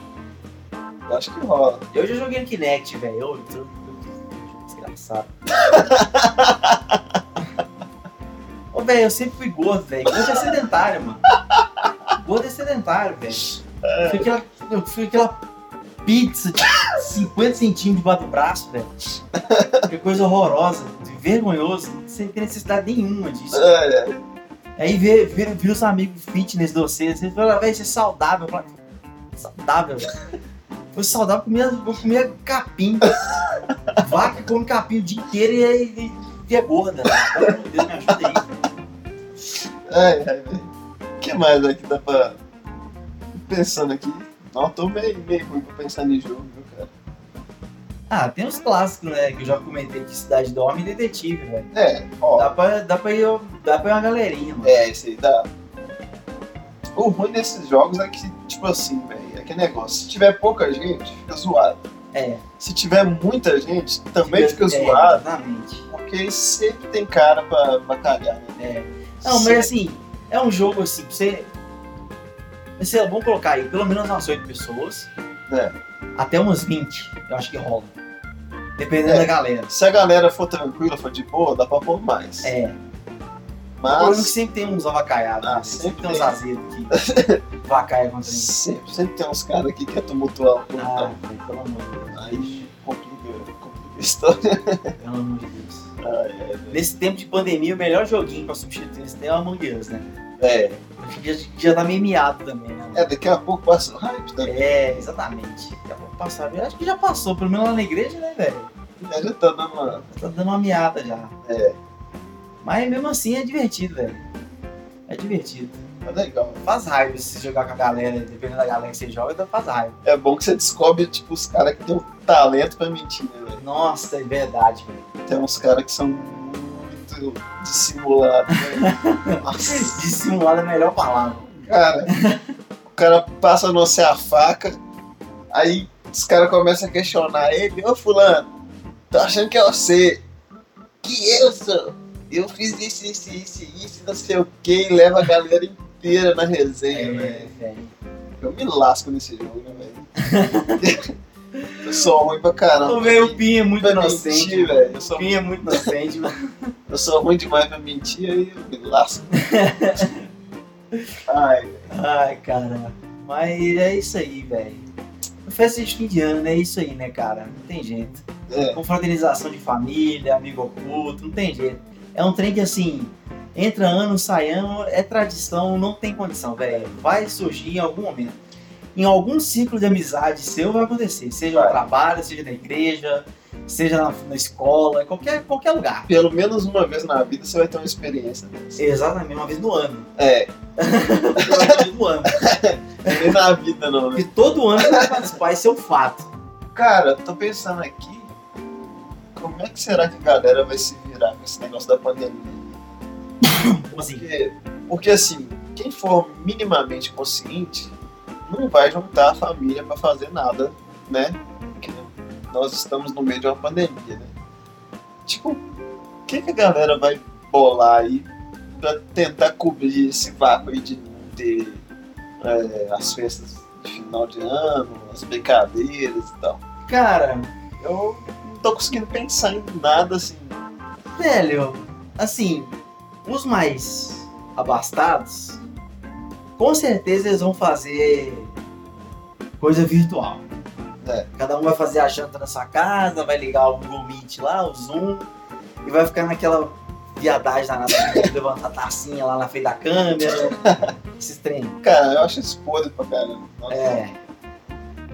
B: Eu acho que rola.
A: Eu já joguei no Kinect, velho. Eu, eu- eu- Desgraçado. Ô, velho, eu sempre fui gordo, velho. Gordo é sedentário, mano. Gordo é sedentário, velho. Eu fui aquela- Eu fui aquela pizza de 50 centímetros debaixo do braço, velho. Que coisa horrorosa, vergonhoso, sem ter necessidade nenhuma disso.
B: É, é.
A: Aí vê, vê, vê os amigos fitness de vocês, você fala, velho, isso é saudável. Eu falo, saudável. Foi saudável, comia, eu comia capim. Vaca come capim o dia inteiro e, aí- e é gorda. Pelo amor de Deus, me ajuda aí.
B: Ai, ai, é, velho. O que mais aqui dá pra. Pensando aqui. Não, tô meio, meio ruim pra pensar em jogo, viu, cara?
A: Ah, tem uns clássicos, né, que eu já comentei aqui, Cidade do Homem e Detetive, velho.
B: É, ó.
A: Dá pra, dá, pra ir, dá pra ir uma galerinha, mano.
B: É, esse aí dá. O ruim desses jogos é que, tipo assim, velho, é que negócio. Se tiver pouca gente, fica zoado.
A: É.
B: Se tiver muita gente, também fica
A: é,
B: zoado,
A: Exatamente.
B: porque sempre tem cara pra, pra calhar, né?
A: É. Não, mas assim, é um jogo assim, pra você. Mas sei lá, vamos colocar aí pelo menos umas 8 pessoas.
B: É.
A: Até umas 20, eu acho que rola. Dependendo
B: É.
A: da galera.
B: Se a galera for tranquila, for de boa, dá pra pôr mais.
A: É. O problema é que
B: Mas
A: sempre tem uns avacaiados,
B: Ah,
A: né? sempre
B: sempre
A: tem uns
B: tem.
A: azedos que
B: <laughs>
A: vacaia contra mim.
B: sempre, sempre tem uns caras aqui que é quer tumultuar o
A: Ah,
B: portão.
A: velho, pelo amor de Deus.
B: um Aí complica, complica a história.
A: Pelo amor de Deus.
B: Ai, ai, velho.
A: Nesse tempo de pandemia, o melhor joguinho pra substituir esse tempo é o Among Us, né?
B: é,
A: Acho que Já, já tá meio miado também, né?
B: é, daqui a pouco passa o hype né? também.
A: É, exatamente. Já vou passar. Eu Acho que já passou, pelo menos lá na igreja, né, velho?
B: É. Já tá dando uma.
A: Tá dando uma miada já.
B: É.
A: Mas mesmo assim é divertido, velho. É divertido.
B: É legal.
A: Faz raiva se jogar com a galera, dependendo da galera que você joga, então faz raiva.
B: É bom que você descobre, tipo, os caras que tem um talento pra mentir, né, velho?
A: Nossa, é verdade, velho.
B: Tem uns caras que são muito dissimulados, né? velho. Nossa,
A: Dissimulado é a melhor palavra.
B: cara. O cara passa a não ser a faca, aí os caras começam a questionar ele. Ô, fulano, tô achando que é você. Que eu sou. Eu fiz isso, isso, isso, isso, não sei o que, e leva a galera inteira na
A: É.
B: resenha, velho.
A: velho.
B: Eu me lasco nesse jogo, né, velho? <laughs> eu sou ruim pra caramba.
A: Ô, velho, o Pinho é muito
B: pra
A: inocente.
B: mentir, velho. Eu
A: O
B: sou,
A: Pinho é muito inocente, mano.
B: eu sou ruim demais pra mentir, aí eu me lasco. <laughs> Ai,
A: Ai, cara. Mas é isso aí, velho. Festa de fim de ano é isso aí, né, cara? Não tem jeito.
B: é,
A: confraternização de família, amigo oculto, não tem jeito. É um trem que assim, entra ano, sai ano, é tradição, não tem condição, velho. Vai surgir em algum momento. Em algum ciclo de amizade seu vai acontecer, seja no
B: Vai.
A: trabalho, seja na igreja, seja na, na escola, em qualquer, qualquer lugar.
B: pelo menos uma vez na vida você vai ter uma experiência dessa.
A: Exatamente, uma vez no ano. <laughs>
B: É,
A: Uma vez no ano.
B: uma vez na vida não, né?
A: Porque todo ano você vai participar, isso é um fato.
B: Cara, tô pensando aqui, como é que será que a galera vai se virar com esse negócio da pandemia?
A: Como assim?
B: Porque, porque assim, quem for minimamente consciente não vai juntar a família pra fazer nada, né? Porque nós estamos no meio de uma pandemia, né? Tipo, o que, que a galera vai bolar aí pra tentar cobrir esse vácuo aí de não ter é, as festas de final de ano, as brincadeiras e tal?
A: Cara,
B: Eu não tô conseguindo pensar em nada assim.
A: Velho, assim, os mais abastados, com certeza eles vão fazer coisa virtual.
B: É.
A: Cada um vai fazer a janta na sua casa, vai ligar o Google Meet lá, o Zoom, e vai ficar naquela viadagem danada, <laughs> de levantar a tacinha lá na frente da câmera, esses treinos.
B: Cara, eu acho isso podre pra caramba. Nossa.
A: É.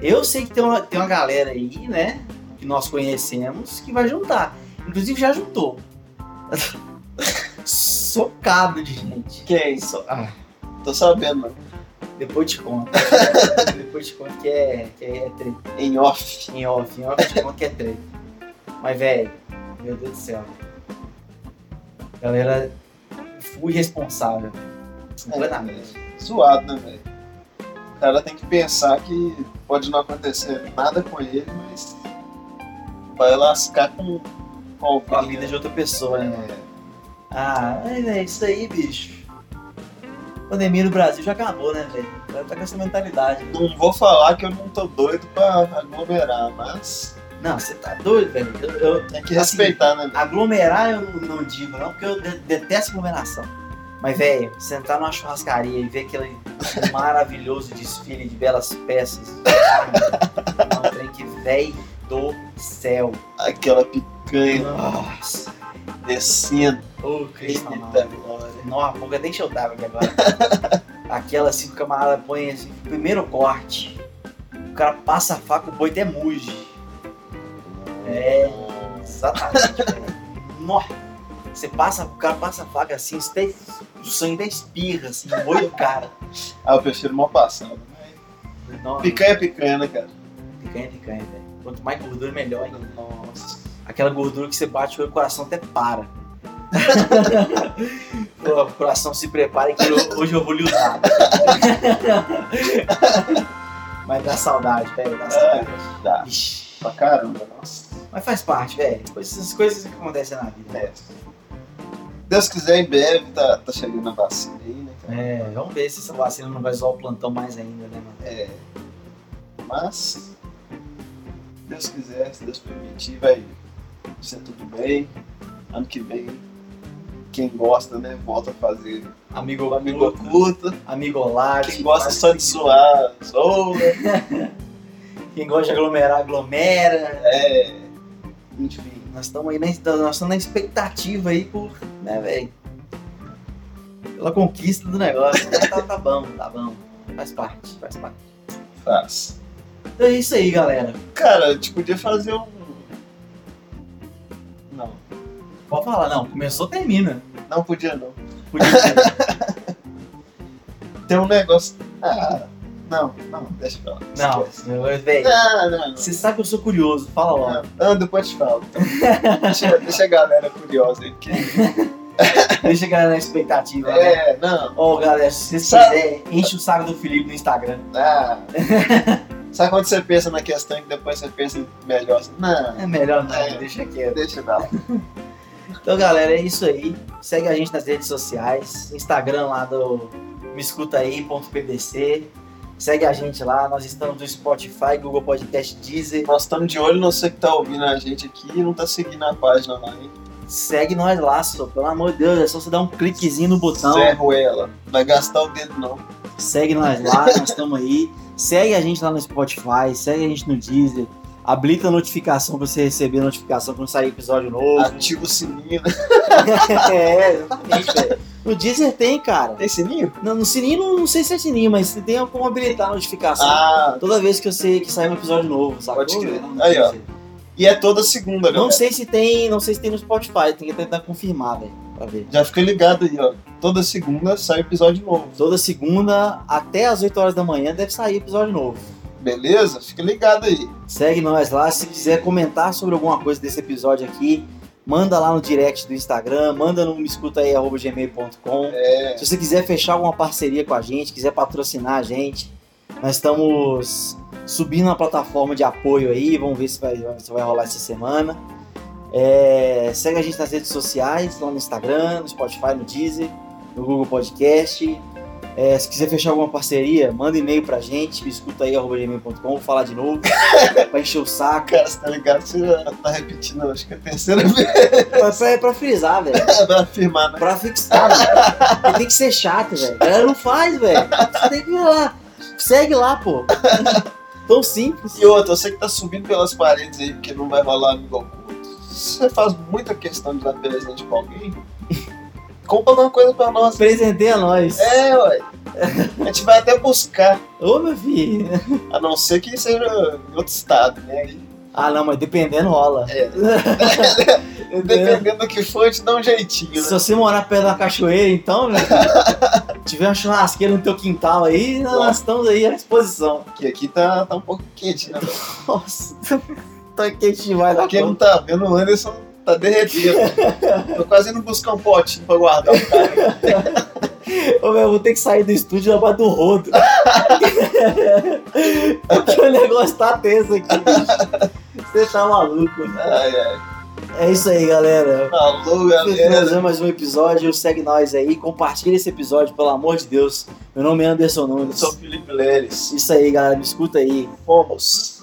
A: Eu sei que tem uma, tem uma galera aí, né? Que nós conhecemos, que vai juntar. Inclusive já juntou. <laughs> Socado de gente.
B: Quem?
A: So- ah,
B: é Tô sabendo, mano.
A: depois te conto. depois te conto que é, que é treta.
B: Em off.
A: Em off, em off eu te conto que é treta. Mas, velho, meu Deus do céu. Galera, fui responsável. Completamente.
B: Zoado, né, velho? O cara tem que pensar que pode não acontecer nada com ele, mas vai lascar com, com alguém,
A: Com a vida
B: né?
A: de outra pessoa, né, mano?
B: É,
A: Ah, mas é isso aí, bicho. pandemia no Brasil já acabou, né, velho? Tá- Tá com essa mentalidade.
B: Não vou falar que eu não tô doido pra aglomerar, mas
A: Não, você tá doido, velho. Eu, eu-
B: tem que
A: Assim,
B: respeitar, né?
A: aglomerar eu não não digo, não, porque eu de- detesto aglomeração. Mas, velho, sentar numa churrascaria e ver aquele <laughs> maravilhoso desfile de belas peças. Não um trem que, velho do céu.
B: Aquela picanha
A: Nossa.
B: descendo.
A: Ô, Cristo amado.
B: Ah. Eita glória.
A: Nossa, boca nem encheu d'água aqui agora. Aquela assim, que o camarada põe assim, primeiro corte. O cara passa a faca, o boi até muge. É, exatamente. <laughs> velho. Nossa, você passa, o cara passa a faca assim, isso até- o sangue até espirra, assim, no boi do cara.
B: Ah, eu prefiro mal passado. né?
A: Nossa,
B: Picanha é picanha, né, cara?
A: picanha, picanha, velho. Quanto mais gordura, melhor. Hein?
B: Nossa.
A: Aquela gordura que você bate o olho, o coração até
B: <laughs>
A: para. Pô, o coração se prepara que eu- hoje eu vou lhe usar. Mas dá saudade, velho, dá saudade.
B: Dá.
A: Ixi.
B: Pra caramba, nossa.
A: Mas faz parte, velho. Essas coisas que acontecem na vida.
B: É. Deus quiser, em breve tá, tá chegando a vacina aí, né, cara?
A: É, vamos ver se essa vacina não vai zoar o plantão mais ainda, né, mano?
B: É. Mas, se Deus quiser, se Deus permitir, vai ser tudo bem. Ano que vem, quem gosta, né, volta a fazer
A: Amigo
B: o
A: oculto,
B: amigo oculto.
A: amigo olar.
B: Quem gosta só de zoar, zoa.
A: Quem gosta de aglomerar, aglomera.
B: É. Enfim.
A: Nós estamos aí na, nós estamos na expectativa aí por, né, velho? Pela conquista do negócio. Mas tá, tá bom, tá bom. Faz parte, faz parte.
B: Faz.
A: Então é isso aí, galera.
B: Cara, a gente podia fazer um. Não.
A: Pode falar, não. Começou, termina.
B: Não podia não.
A: Podia ser.
B: Tem um negócio. Ah. Não, não, deixa pra lá.
A: Não,
B: Esquece.
A: velho.
B: Não, não, não.
A: Você sabe que eu sou curioso. Fala logo.
B: Não, não, depois te falo. deixa, deixa a galera curiosa aí. Porque...
A: Deixa a galera na expectativa, né?
B: É, não.
A: Ô, galera, se vocês
B: Sabe-
A: quiserem, enche o saco do Felipe no Instagram.
B: Ah. Sabe quando você pensa na questão e depois você pensa melhor? assim, Não,
A: É melhor não,
B: É.
A: deixa quieto.
B: deixa pra lá.
A: Então, galera, é isso aí. Segue a gente nas redes sociais. Instagram lá do me escuta aí.pdc. Segue a gente lá. Nós estamos no Spotify, Google Podcast, Deezer.
B: Nós estamos de olho, não sei que tá ouvindo a gente aqui e não tá seguindo a página lá, hein?
A: Segue nós lá, só. Pelo amor de Deus, é só você dar um cliquezinho no botão.
B: Zé Ruela. Vai gastar o dedo não.
A: Segue nós lá, nós estamos aí. Segue a gente lá no Spotify, segue a gente no Deezer. Habilita a notificação pra você receber a notificação quando sair episódio novo.
B: Ativa o sininho, né?
A: <laughs> é, exatamente, velho. No Deezer tem, cara.
B: Tem sininho?
A: Não, no sininho, não, não sei se é sininho, mas você tem como habilitar a notificação.
B: Ah,
A: Toda vez que eu sei que sai um episódio novo, sacou?
B: Pode crer.
A: velho? Não
B: Aí,
A: sei
B: ó.
A: se-
B: e é toda segunda, galera.
A: Não sei se tem, não sei se tem no Spotify, tem que tentar confirmar, velho, pra ver.
B: Já fica ligado aí, ó. Toda segunda sai um episódio novo.
A: Toda segunda, até às 8 horas da manhã, deve sair episódio novo.
B: Beleza? Fica ligado aí.
A: Segue nós lá, se quiser comentar sobre alguma coisa desse episódio aqui, manda lá no direct do Instagram, manda no meescutaí.gmail.com.
B: É.
A: Se você quiser fechar alguma parceria com a gente, quiser patrocinar a gente, nós estamos subindo a plataforma de apoio aí, vamos ver se vai, se vai rolar essa semana. É, segue a gente nas redes sociais, lá no Instagram, no Spotify, no Deezer, no Google Podcast. É, se quiser fechar alguma parceria, manda e-mail pra gente, escuta aí, arroba gmail.com, vou falar de novo, <laughs> pra encher o saco.
B: Cara, você tá ligado? Você já tá repetindo, acho que é a terceira vez
A: Pra, pra- pra frisar, velho.
B: pra afirmar, né?
A: Pra fixar, velho. Porque Tem que ser chato, velho. A galera não faz, velho. Você tem que ir lá. Segue lá, pô. Tão simples.
B: E outra, você que tá subindo pelas paredes aí, porque não vai rolar amigo oculto. Se você faz muita questão de dar presente pra alguém, <laughs> compra uma coisa pra nós.
A: Presentei a nós.
B: É, ué. A gente vai até buscar,
A: Ô, meu filho.
B: a não ser que seja em outro estado, né? Aí
A: Ah, não, mas dependendo rola. <laughs>
B: É.
A: Entendeu?
B: Dependendo do que for, te dá um jeitinho.
A: Se
B: Né?
A: você morar perto da cachoeira, então, né? tiver uma churrasqueira no teu quintal aí, nós estamos aí à disposição.
B: Porque aqui tá, tá um pouco quente, né?
A: Nossa, <laughs> tá quente demais da
B: Quem não
A: conta.
B: tá vendo, o Anderson tá derretendo. Tô quase indo buscar um potinho pra guardar o cara.
A: Ô, meu, eu vou ter que sair do estúdio na base do rodo. <laughs> Porque o negócio tá tenso aqui, bicho. Você tá maluco.
B: Ai, ai.
A: É isso aí, galera.
B: Falou,
A: Finalizamos
B: galera.
A: mais um episódio. Segue nós aí. Compartilha esse episódio, pelo amor de Deus. Meu nome é Anderson
B: Eu
A: Nunes.
B: sou o Felipe Leles.
A: Isso aí, galera. Me escuta aí.
B: Fomos.